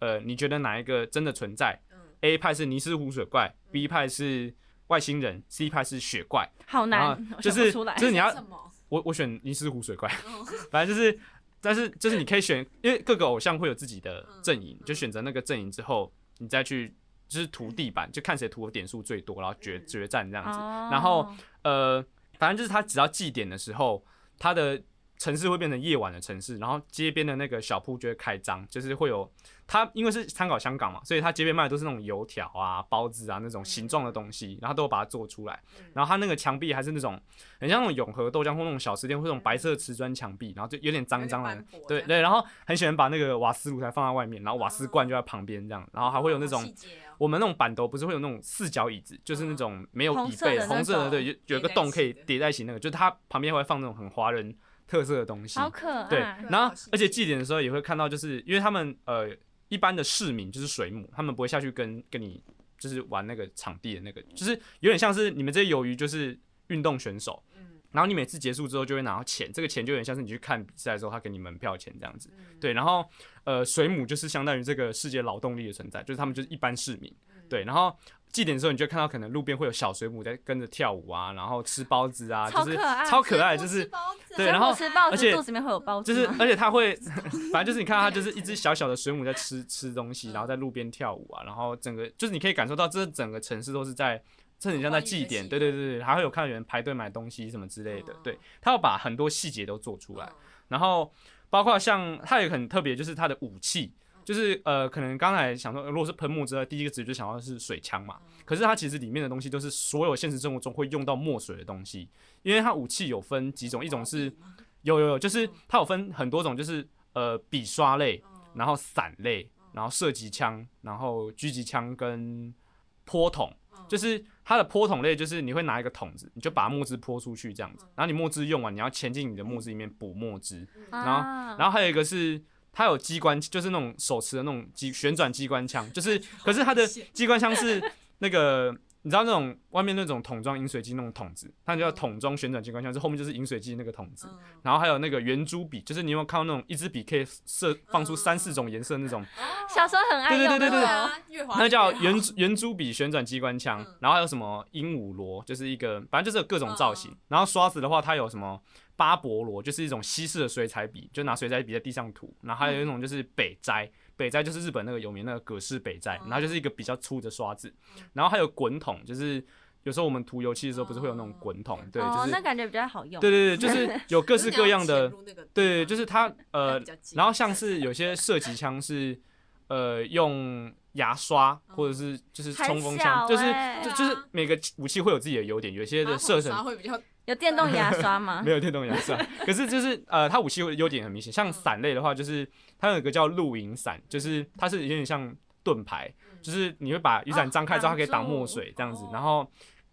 S2: 呃你觉得哪一个真的存在
S3: 嗯
S2: ？A 派是尼斯湖水怪，B 派是外星人，C 派是雪怪，
S1: 好
S2: 然
S1: 难
S2: 后，
S1: 我
S2: 啊就
S1: 想不
S2: 是
S1: 出来
S2: 就。是你要
S3: 什么？
S2: 我我选尼斯湖水怪，
S3: 嗯
S2: 反正就是，但是就是你可以选，因为各个偶像会有自己的阵营，
S3: 嗯
S2: 就选择那个阵营之后，你再去就是涂地板，就看谁涂的点数最多，然后决
S3: 嗯
S2: 决战这样子。
S1: 哦
S2: 然后呃，反正就是他只要祭点的时候，他的城市会变成夜晚的城市，然后街边的那个小铺就会开张，就是会有他因为是参考香港嘛，所以他街边卖的都是那种油条啊、包子啊那种形状的东西，然后都有把它做出来。
S3: 嗯
S2: 然后它那个墙壁还是那种很像那种永和豆浆或那种小吃店，会那种白色瓷砖墙壁，然后就有点脏脏
S3: 有
S2: 的
S3: 点斑驳，这
S2: 对
S3: 样
S2: 对，然后很喜欢把那个瓦斯炉台放在外面，然后瓦斯罐就在旁边这样，然后还会有那
S3: 好细
S2: 种
S3: 节哦
S2: 我们那种板头不是会有那种四角椅子，就是那种没有椅背，
S1: 红色的那种
S2: 红色的对，有有一个洞可以叠在一起那个，就是它旁边会放那种很华人特色的东西，
S1: 好可爱，
S2: 对
S3: 对，
S2: 然后
S3: 好细
S2: 而且
S3: 节
S2: 祭典的时候也会看到，就是因为他们呃一般的市民就是水母，他们不会下去跟跟你就是玩那个场地的那个，就是有点像是你们这些鱿鱼就是运动选手，
S3: 嗯
S2: 然后你每次结束之后就会拿到钱，这个钱就有点像是你去看比赛的时候他给你门票钱这样子。
S3: 嗯
S2: 对，然后呃水母就是相当于这个世界劳动力的存在，就是他们就是一般市民。
S3: 嗯
S2: 对，然后祭典的时候你就会看到可能路边会有小水母在跟着跳舞啊，然后吃包子啊，
S1: 超
S2: 就是
S1: 可爱，
S2: 超可爱，就
S3: 吃
S2: 是
S3: 包子
S2: 对
S1: 水
S2: 然
S1: 母
S2: 后
S1: 吃包子
S2: 而且
S1: 肚子里面会有包子
S2: 就
S1: 吗，
S2: 是，而且它会，反正就是你看它就是一只小小的水母在吃吃东西，然后在路边跳舞啊，然后整个就是你可以感受到这整个城市都是在，这很像在祭典，对对对对，还会有看到有人排队买东西什么之类的，
S3: 哦
S2: 对，
S3: 嗯
S2: 他要把很多细节都做出来，然后包括像它也很特别，就是它的武器，就是呃，可能刚才想说，呃如果是喷墨之外，第一个直觉就想到的是水枪嘛，
S3: 嗯
S2: 可是它其实里面的东西都是所有现实生活中会用到墨水的东西，因为它武器有分几种，一种
S3: 哦
S2: 是。有有有，就是它有分很多种，就是呃笔刷
S3: 嗯
S2: 类，然后伞类，然后射击枪，然后狙击枪跟坡桶，
S3: 哦嗯
S2: 就是它的坡桶类，就是你会拿一个桶子，你就把墨汁泼出去这样子，然后你墨汁用完，你要潜进你的墨汁里面补墨汁，
S3: 嗯
S1: 啊
S2: 然然后还有一个是。它有机关，就是那种手持的那种机旋转机关枪，就是，可是它的机关枪是那个，你知道那种外面那种桶装饮水机那种桶子，它叫桶装旋转机关枪，是后面就是饮水机那个桶子，
S3: 嗯哦
S2: 然后还有那个圆珠笔，就是你有没有看到那种一支笔可以射放出三四种颜色那种，
S1: 小时候很爱
S2: 对对
S1: 用
S2: 对
S1: 那
S2: 对对
S1: 种
S3: 啊，月华
S2: 那叫
S3: 越
S2: 圆
S3: 好
S2: 珠圆珠笔旋转机关枪
S3: 嗯，
S2: 然后还有什么鹦鹉螺，就是一个反正就是有各种造型
S3: 嗯。
S2: 然后刷子的话，它有什么巴勃罗，就是一种西式的水彩笔，就拿水彩笔在地上涂。然后还有一种就是北斋，北斋就是日本那个有名那个葛饰北斋，
S3: 嗯
S2: 然后就是一个比较粗的刷子
S3: 嗯。
S2: 然后还有滚筒，就是有时候我们涂油漆的时候不是会有那种
S3: 哦
S2: 滚筒，对，
S1: 哦
S2: 就，
S1: 那
S2: 是
S1: 感觉比较好用，
S2: 对对对，就是有各
S3: 就
S2: 式
S3: 你要
S2: 各样
S3: 潜
S2: 的。
S3: 入那个地方，
S2: 对，就是它
S3: 它
S2: 呃
S3: 比，较近
S2: 然后像是有些射击枪是，呃用牙刷
S3: 嗯
S2: 或者是就是
S1: 很
S2: 冲锋
S1: 小
S2: 枪，就是
S1: 欸
S2: 就
S3: 对啊
S2: 就是每个武器会有自己的优点，有些的射程
S3: 马桶刷会比较
S1: 有电动牙刷吗
S2: 没？有电动牙刷，可是就是呃，它武器优点很明显，像伞类的话，就是它有一个叫露营伞，就是它是有点像盾牌，就是你会把雨伞张开之后，它可以挡墨水这样子
S3: 哦，
S2: 然后。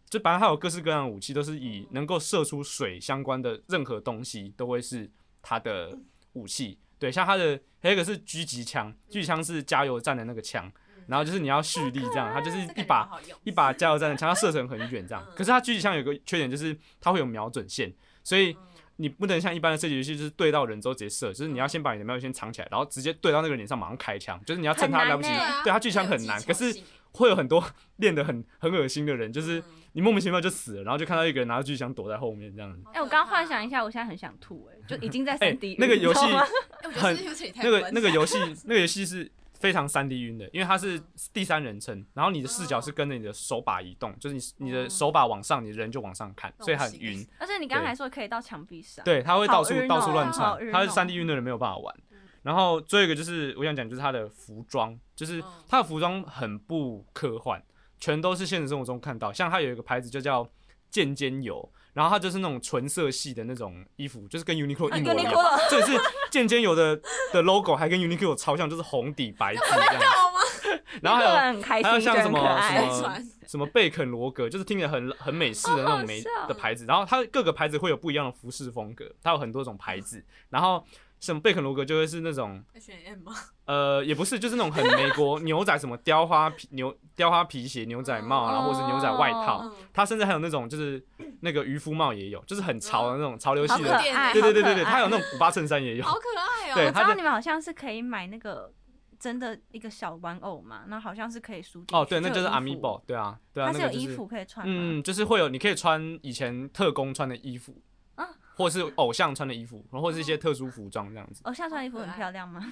S2: 就反正它有各式各样的武器，都是以能够射出水相关的任何东西都会是它的武器。对，像它的还有一个是狙击枪，狙击枪是加油站的那个枪，然后就是你要蓄力这样，它就是
S3: 这
S2: 一
S3: 感觉
S2: 把
S3: 好哦好用
S2: 一把加油站的枪，它射程很远这样
S3: 嗯。
S2: 可是它狙击枪有个缺点，就是它会有瞄准线，所
S1: 嗯
S3: 嗯
S2: 以你不能像一般的射击游戏，就是对到人之后直接射，就是你要先把你的瞄准线藏起来，然后直接对到那个人脸上马上开枪，就是你要趁他
S1: 很
S2: 来
S1: 难
S2: 不及
S1: 欸。
S2: 对他距枪很难，可是会有很多 练得很很恶心的人，
S3: 嗯
S1: 嗯
S2: 就是你莫名其妙就死了，然后就看到一个人拿着狙击枪躲在后面这样子。
S1: 哎、我刚刚幻想一下，我现在很想吐、哎，就已经在三 D、
S2: 那个游戏
S1: 你知道吗
S3: 哎，我觉得是不是有点太
S2: 那个
S3: 温
S2: 那个游戏那个游戏是非常三 D 晕的，因为它
S1: 嗯
S2: 是第三人称，然后
S1: 哦
S2: 你的视角是跟着你的手把移动，就是你你的手把往上，你人就往上看，所以很晕。
S1: 而且你刚
S2: 对
S1: 才说可以到墙壁上，
S2: 对，他会
S1: 好
S2: 到处
S1: 晕哦
S2: 到处乱
S1: 好
S2: 窜
S1: 晕，
S2: 他是
S1: 哦嗯
S2: 三 D 晕的人没有办法玩。然后最后一个就是我想讲，就是他的服装，就是
S3: 嗯
S2: 他的服装很不科幻，全都是现实生活中看到。像他有一个牌子就叫剑尖油，然后它就是那种纯色系的那种衣服，就是跟 Uniqlo 一模一样。
S1: 啊 Uniqlo
S2: 这是剑尖油的的 logo 还跟 Uniqlo 超像，就是红底白字这样。
S3: 好吗？
S2: 然后还有
S1: 那个很开心，
S2: 还有像
S1: 就
S2: 什
S1: 很
S2: 么
S1: 可
S3: 哎
S1: 爱。
S2: 什么
S3: 传
S2: 什么贝肯罗格，就是听起来很很美式的那种美
S1: 好好笑哦
S2: 的牌子。然后它各个牌子会有不一样的服饰风格，它有很多种牌子。然后什么贝肯罗格就会是那种
S3: H&M 吗？
S2: 呃，也不是，就是那种很美 国牛仔什么雕花皮牛雕花皮鞋、牛仔帽啊，
S1: 哦
S2: 或者是牛仔外套
S3: 嗯。
S2: 它甚至还有那种就是那个渔夫帽也有，就是很潮的那种潮流
S1: 好
S2: 系
S1: 可
S2: 的。
S1: 爱，
S2: 对对对对对，
S1: 好可爱
S2: 它有那种古巴衬衫也有。
S3: 好可爱哦。
S2: 对
S1: 我知
S2: 它
S1: 道
S2: 的
S1: 你们好像是可以买那个真的一个小玩偶嘛，那好像是可以输进去
S2: 哦，对，那就是
S1: 有衣服
S2: Amiibo，对啊，对
S1: 它
S2: 啊，那
S1: 是
S2: 个
S1: 有
S2: 就是
S1: 衣服可以穿吗？
S2: 嗯，就是会有，你可以穿以前特工穿的衣服，
S1: 啊哦
S2: 或是偶像穿的衣服，然后或是一些特殊服装这样子。
S1: 偶哦像穿衣服很漂亮吗？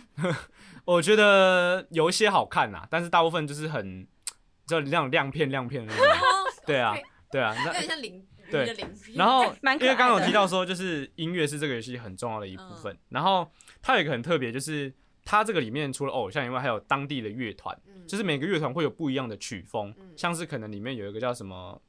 S2: 我觉得有一些好看呐、但是大部分就是很，就那种亮片亮片的那种。
S1: 哦
S2: 对啊，对啊，
S3: 有
S2: 那
S3: 点像零
S2: 对
S3: 鱼的零片。
S2: 然后
S1: 蛮可
S2: 哦因为刚刚
S1: 爱
S2: 有
S1: 的嗯
S2: 提到说，就是音乐是这个游戏很重要的一部分。然后它有一个很特别，就是它这个里面除了偶像以外，还有当地的乐团。
S3: 嗯
S2: 就是每个乐团会有不一样的曲风，
S3: 嗯
S2: 像是可能里面有一个叫什么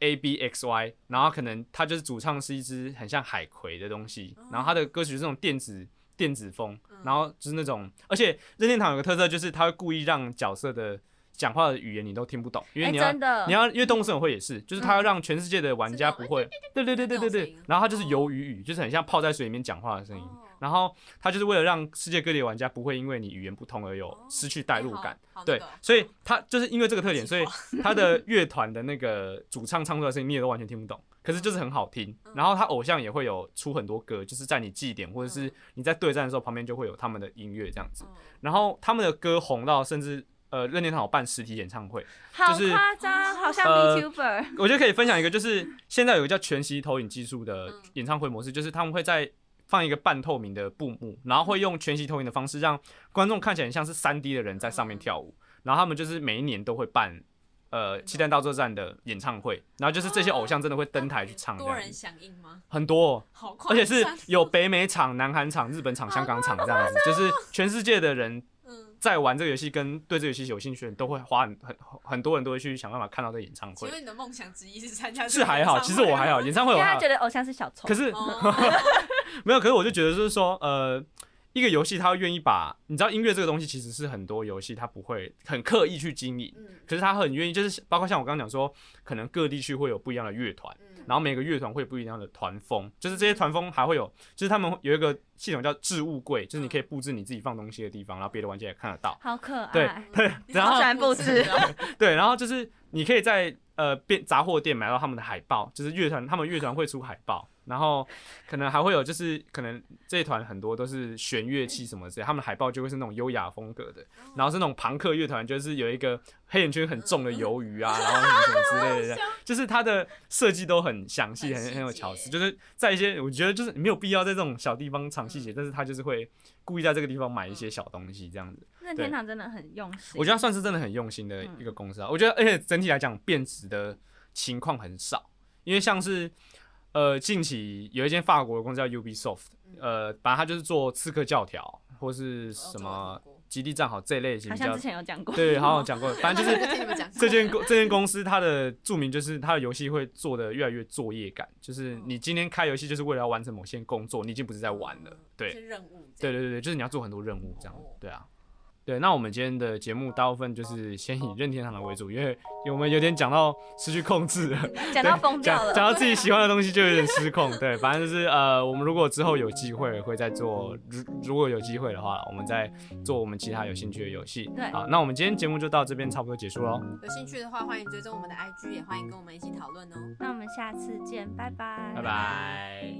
S2: A B X Y，然后可能它就是主唱是一只很像海葵的东西，
S3: 哦
S2: 然后它的歌曲是那种电子电子风，
S3: 嗯
S2: 然后就是那种，而且任天堂有个特色就是它会故意让角色的讲话的语言你都听不懂，因为
S1: 哎，
S2: 你要
S1: 真的，
S2: 你要，因为动物森友会也是，就是它要让全世界的玩家不会，对对对对对
S3: 嗯那种
S2: 对
S3: 声音，
S2: 然后它就是鱿鱼语，就是很像泡在水里面讲话的声音
S3: 哦，
S2: 然后它就是为了让世界各地的玩家不会因为你语言不通而有失去代入感，
S3: 好。好
S2: 对
S3: 那个哦，
S2: 所以它就是因为这个特点，所
S3: 计
S2: 以它的乐团的那个主唱唱出来的声音你也都完全听不 懂，可是就是很好听，
S3: 嗯
S2: 然后它偶像也会有出很多歌，就是在你祭典或者是你在对战的时候，旁边就会有他们的音乐这样子，
S3: 嗯
S2: 然后他们的歌红到甚至呃任天堂有办实体演唱会。
S1: 好
S2: 就是
S1: 夸张，好像
S2: 呃
S1: VTuber，
S2: 我觉得可以分享一个，就是现在有一个叫全息投影技术的
S3: 嗯
S2: 演唱会模式，就是他们会在放一个半透明的布幕，然后会用全息投影的方式让观众看起来很像是3 D 的人在上面跳
S3: 嗯
S2: 舞。然后他们就是每一年都会办呃《七蛋大作战》的演唱会，然后就是这些偶像真的会登台去唱这
S3: 多
S2: 样
S3: 人
S2: 子，
S3: 响应吗？
S2: 很多、哦，
S3: 好
S2: 而
S3: 快，
S2: 且是有北美场、南韩场、日本场、香港场这 样子，就是全世界的人
S3: 嗯，
S2: 在玩这个游戏跟对这个游戏有兴趣的人都会花很很很多人都会去想办法看到这个演唱
S3: 请
S2: 会。
S3: 问你的梦想之一是参加这
S2: 是
S3: 个
S2: 还
S3: 演
S2: 好，
S3: 唱
S2: 其实我
S3: 会
S2: 还好，演唱会
S1: 因为
S2: 我还
S1: 他
S2: 好
S1: 觉，得偶像是小丑
S2: 可，是
S3: 哦
S2: 没有，可是我就觉得就是说，呃，一个游戏它愿意把，你知道音乐这个东西其实是很多游戏它不会很刻意去经营，
S3: 嗯
S2: 可是它很愿意，就是包括像我刚刚讲说，可能各地区会有不一样的乐团，
S3: 嗯
S2: 然后每个乐团会有不一样的团风，就是这些团风还会有，就是他们有一个系统叫置物柜，就是你可以布置你自己放东西的地方，然后别的玩家也看得到。
S1: 好可
S2: 对
S1: 爱。
S2: 对， 然
S1: 哎
S2: 后
S1: 好喜欢布置
S2: 对，然后就是你可以在呃便杂货店买到他们的海报，就是乐团，他们乐团会出海报，然后可能还会有就是可能这一团很多都是弦乐器什么之类，他们的海报就会是那种优雅风格的，然后是那种朋克乐团，就是有一个黑眼圈很重的鱿鱼啊，然后什么什么之类的，就是它的设计都很详细，
S3: 很
S2: 很
S3: 细
S2: 很有
S3: 节
S2: 巧思，就是在一些我觉得就是没有必要在这种小地方藏细节，但是他就是会故意在这个地方买一些小东西这样子。
S1: 任天堂真的很用心，
S2: 我觉得它算是真的很用心的一个公司啊。我觉得，而且整体来讲，变质的情况很少，因为像是呃，近期有一间
S3: 哦
S2: 法国的公司叫嗯 Ubisoft，呃，反正它就是做《刺客教条》或是什么。基地战壕这一类型
S1: 好
S2: 比
S1: 像
S2: 较
S1: 之，前有讲过，
S2: 对， 好像讲过，反正就是
S3: 我听你们讲过
S2: 这间公这间公司它的著名就是它的游戏会做的越来越作业感，就是你今天开游戏就是为了要完成某些工作，你已经不是在玩了，对，
S3: 是任务这
S2: 对
S3: 样，
S2: 对对对，就是你要做很多任务这样
S3: 哦，
S2: 对啊。对，那我们今天的节目大部分就是先以任天堂的为主，因为我们有点讲到失去控制了，
S1: 讲到疯掉
S2: 讲
S1: 了。啊
S2: 讲到自己喜欢的东西就有点失控。对，反正就是呃，我们如果之后有机会会再做，如如果有机会的话，我们再做我们其他有兴趣的游戏。
S1: 对
S2: 好，那我们今天节目就到这边差不多结束喽，
S3: 有兴趣的话，欢迎追踪我们的 IG，也欢迎跟我们一起讨论哦。
S1: 那我们下次见，拜拜，
S2: 拜拜。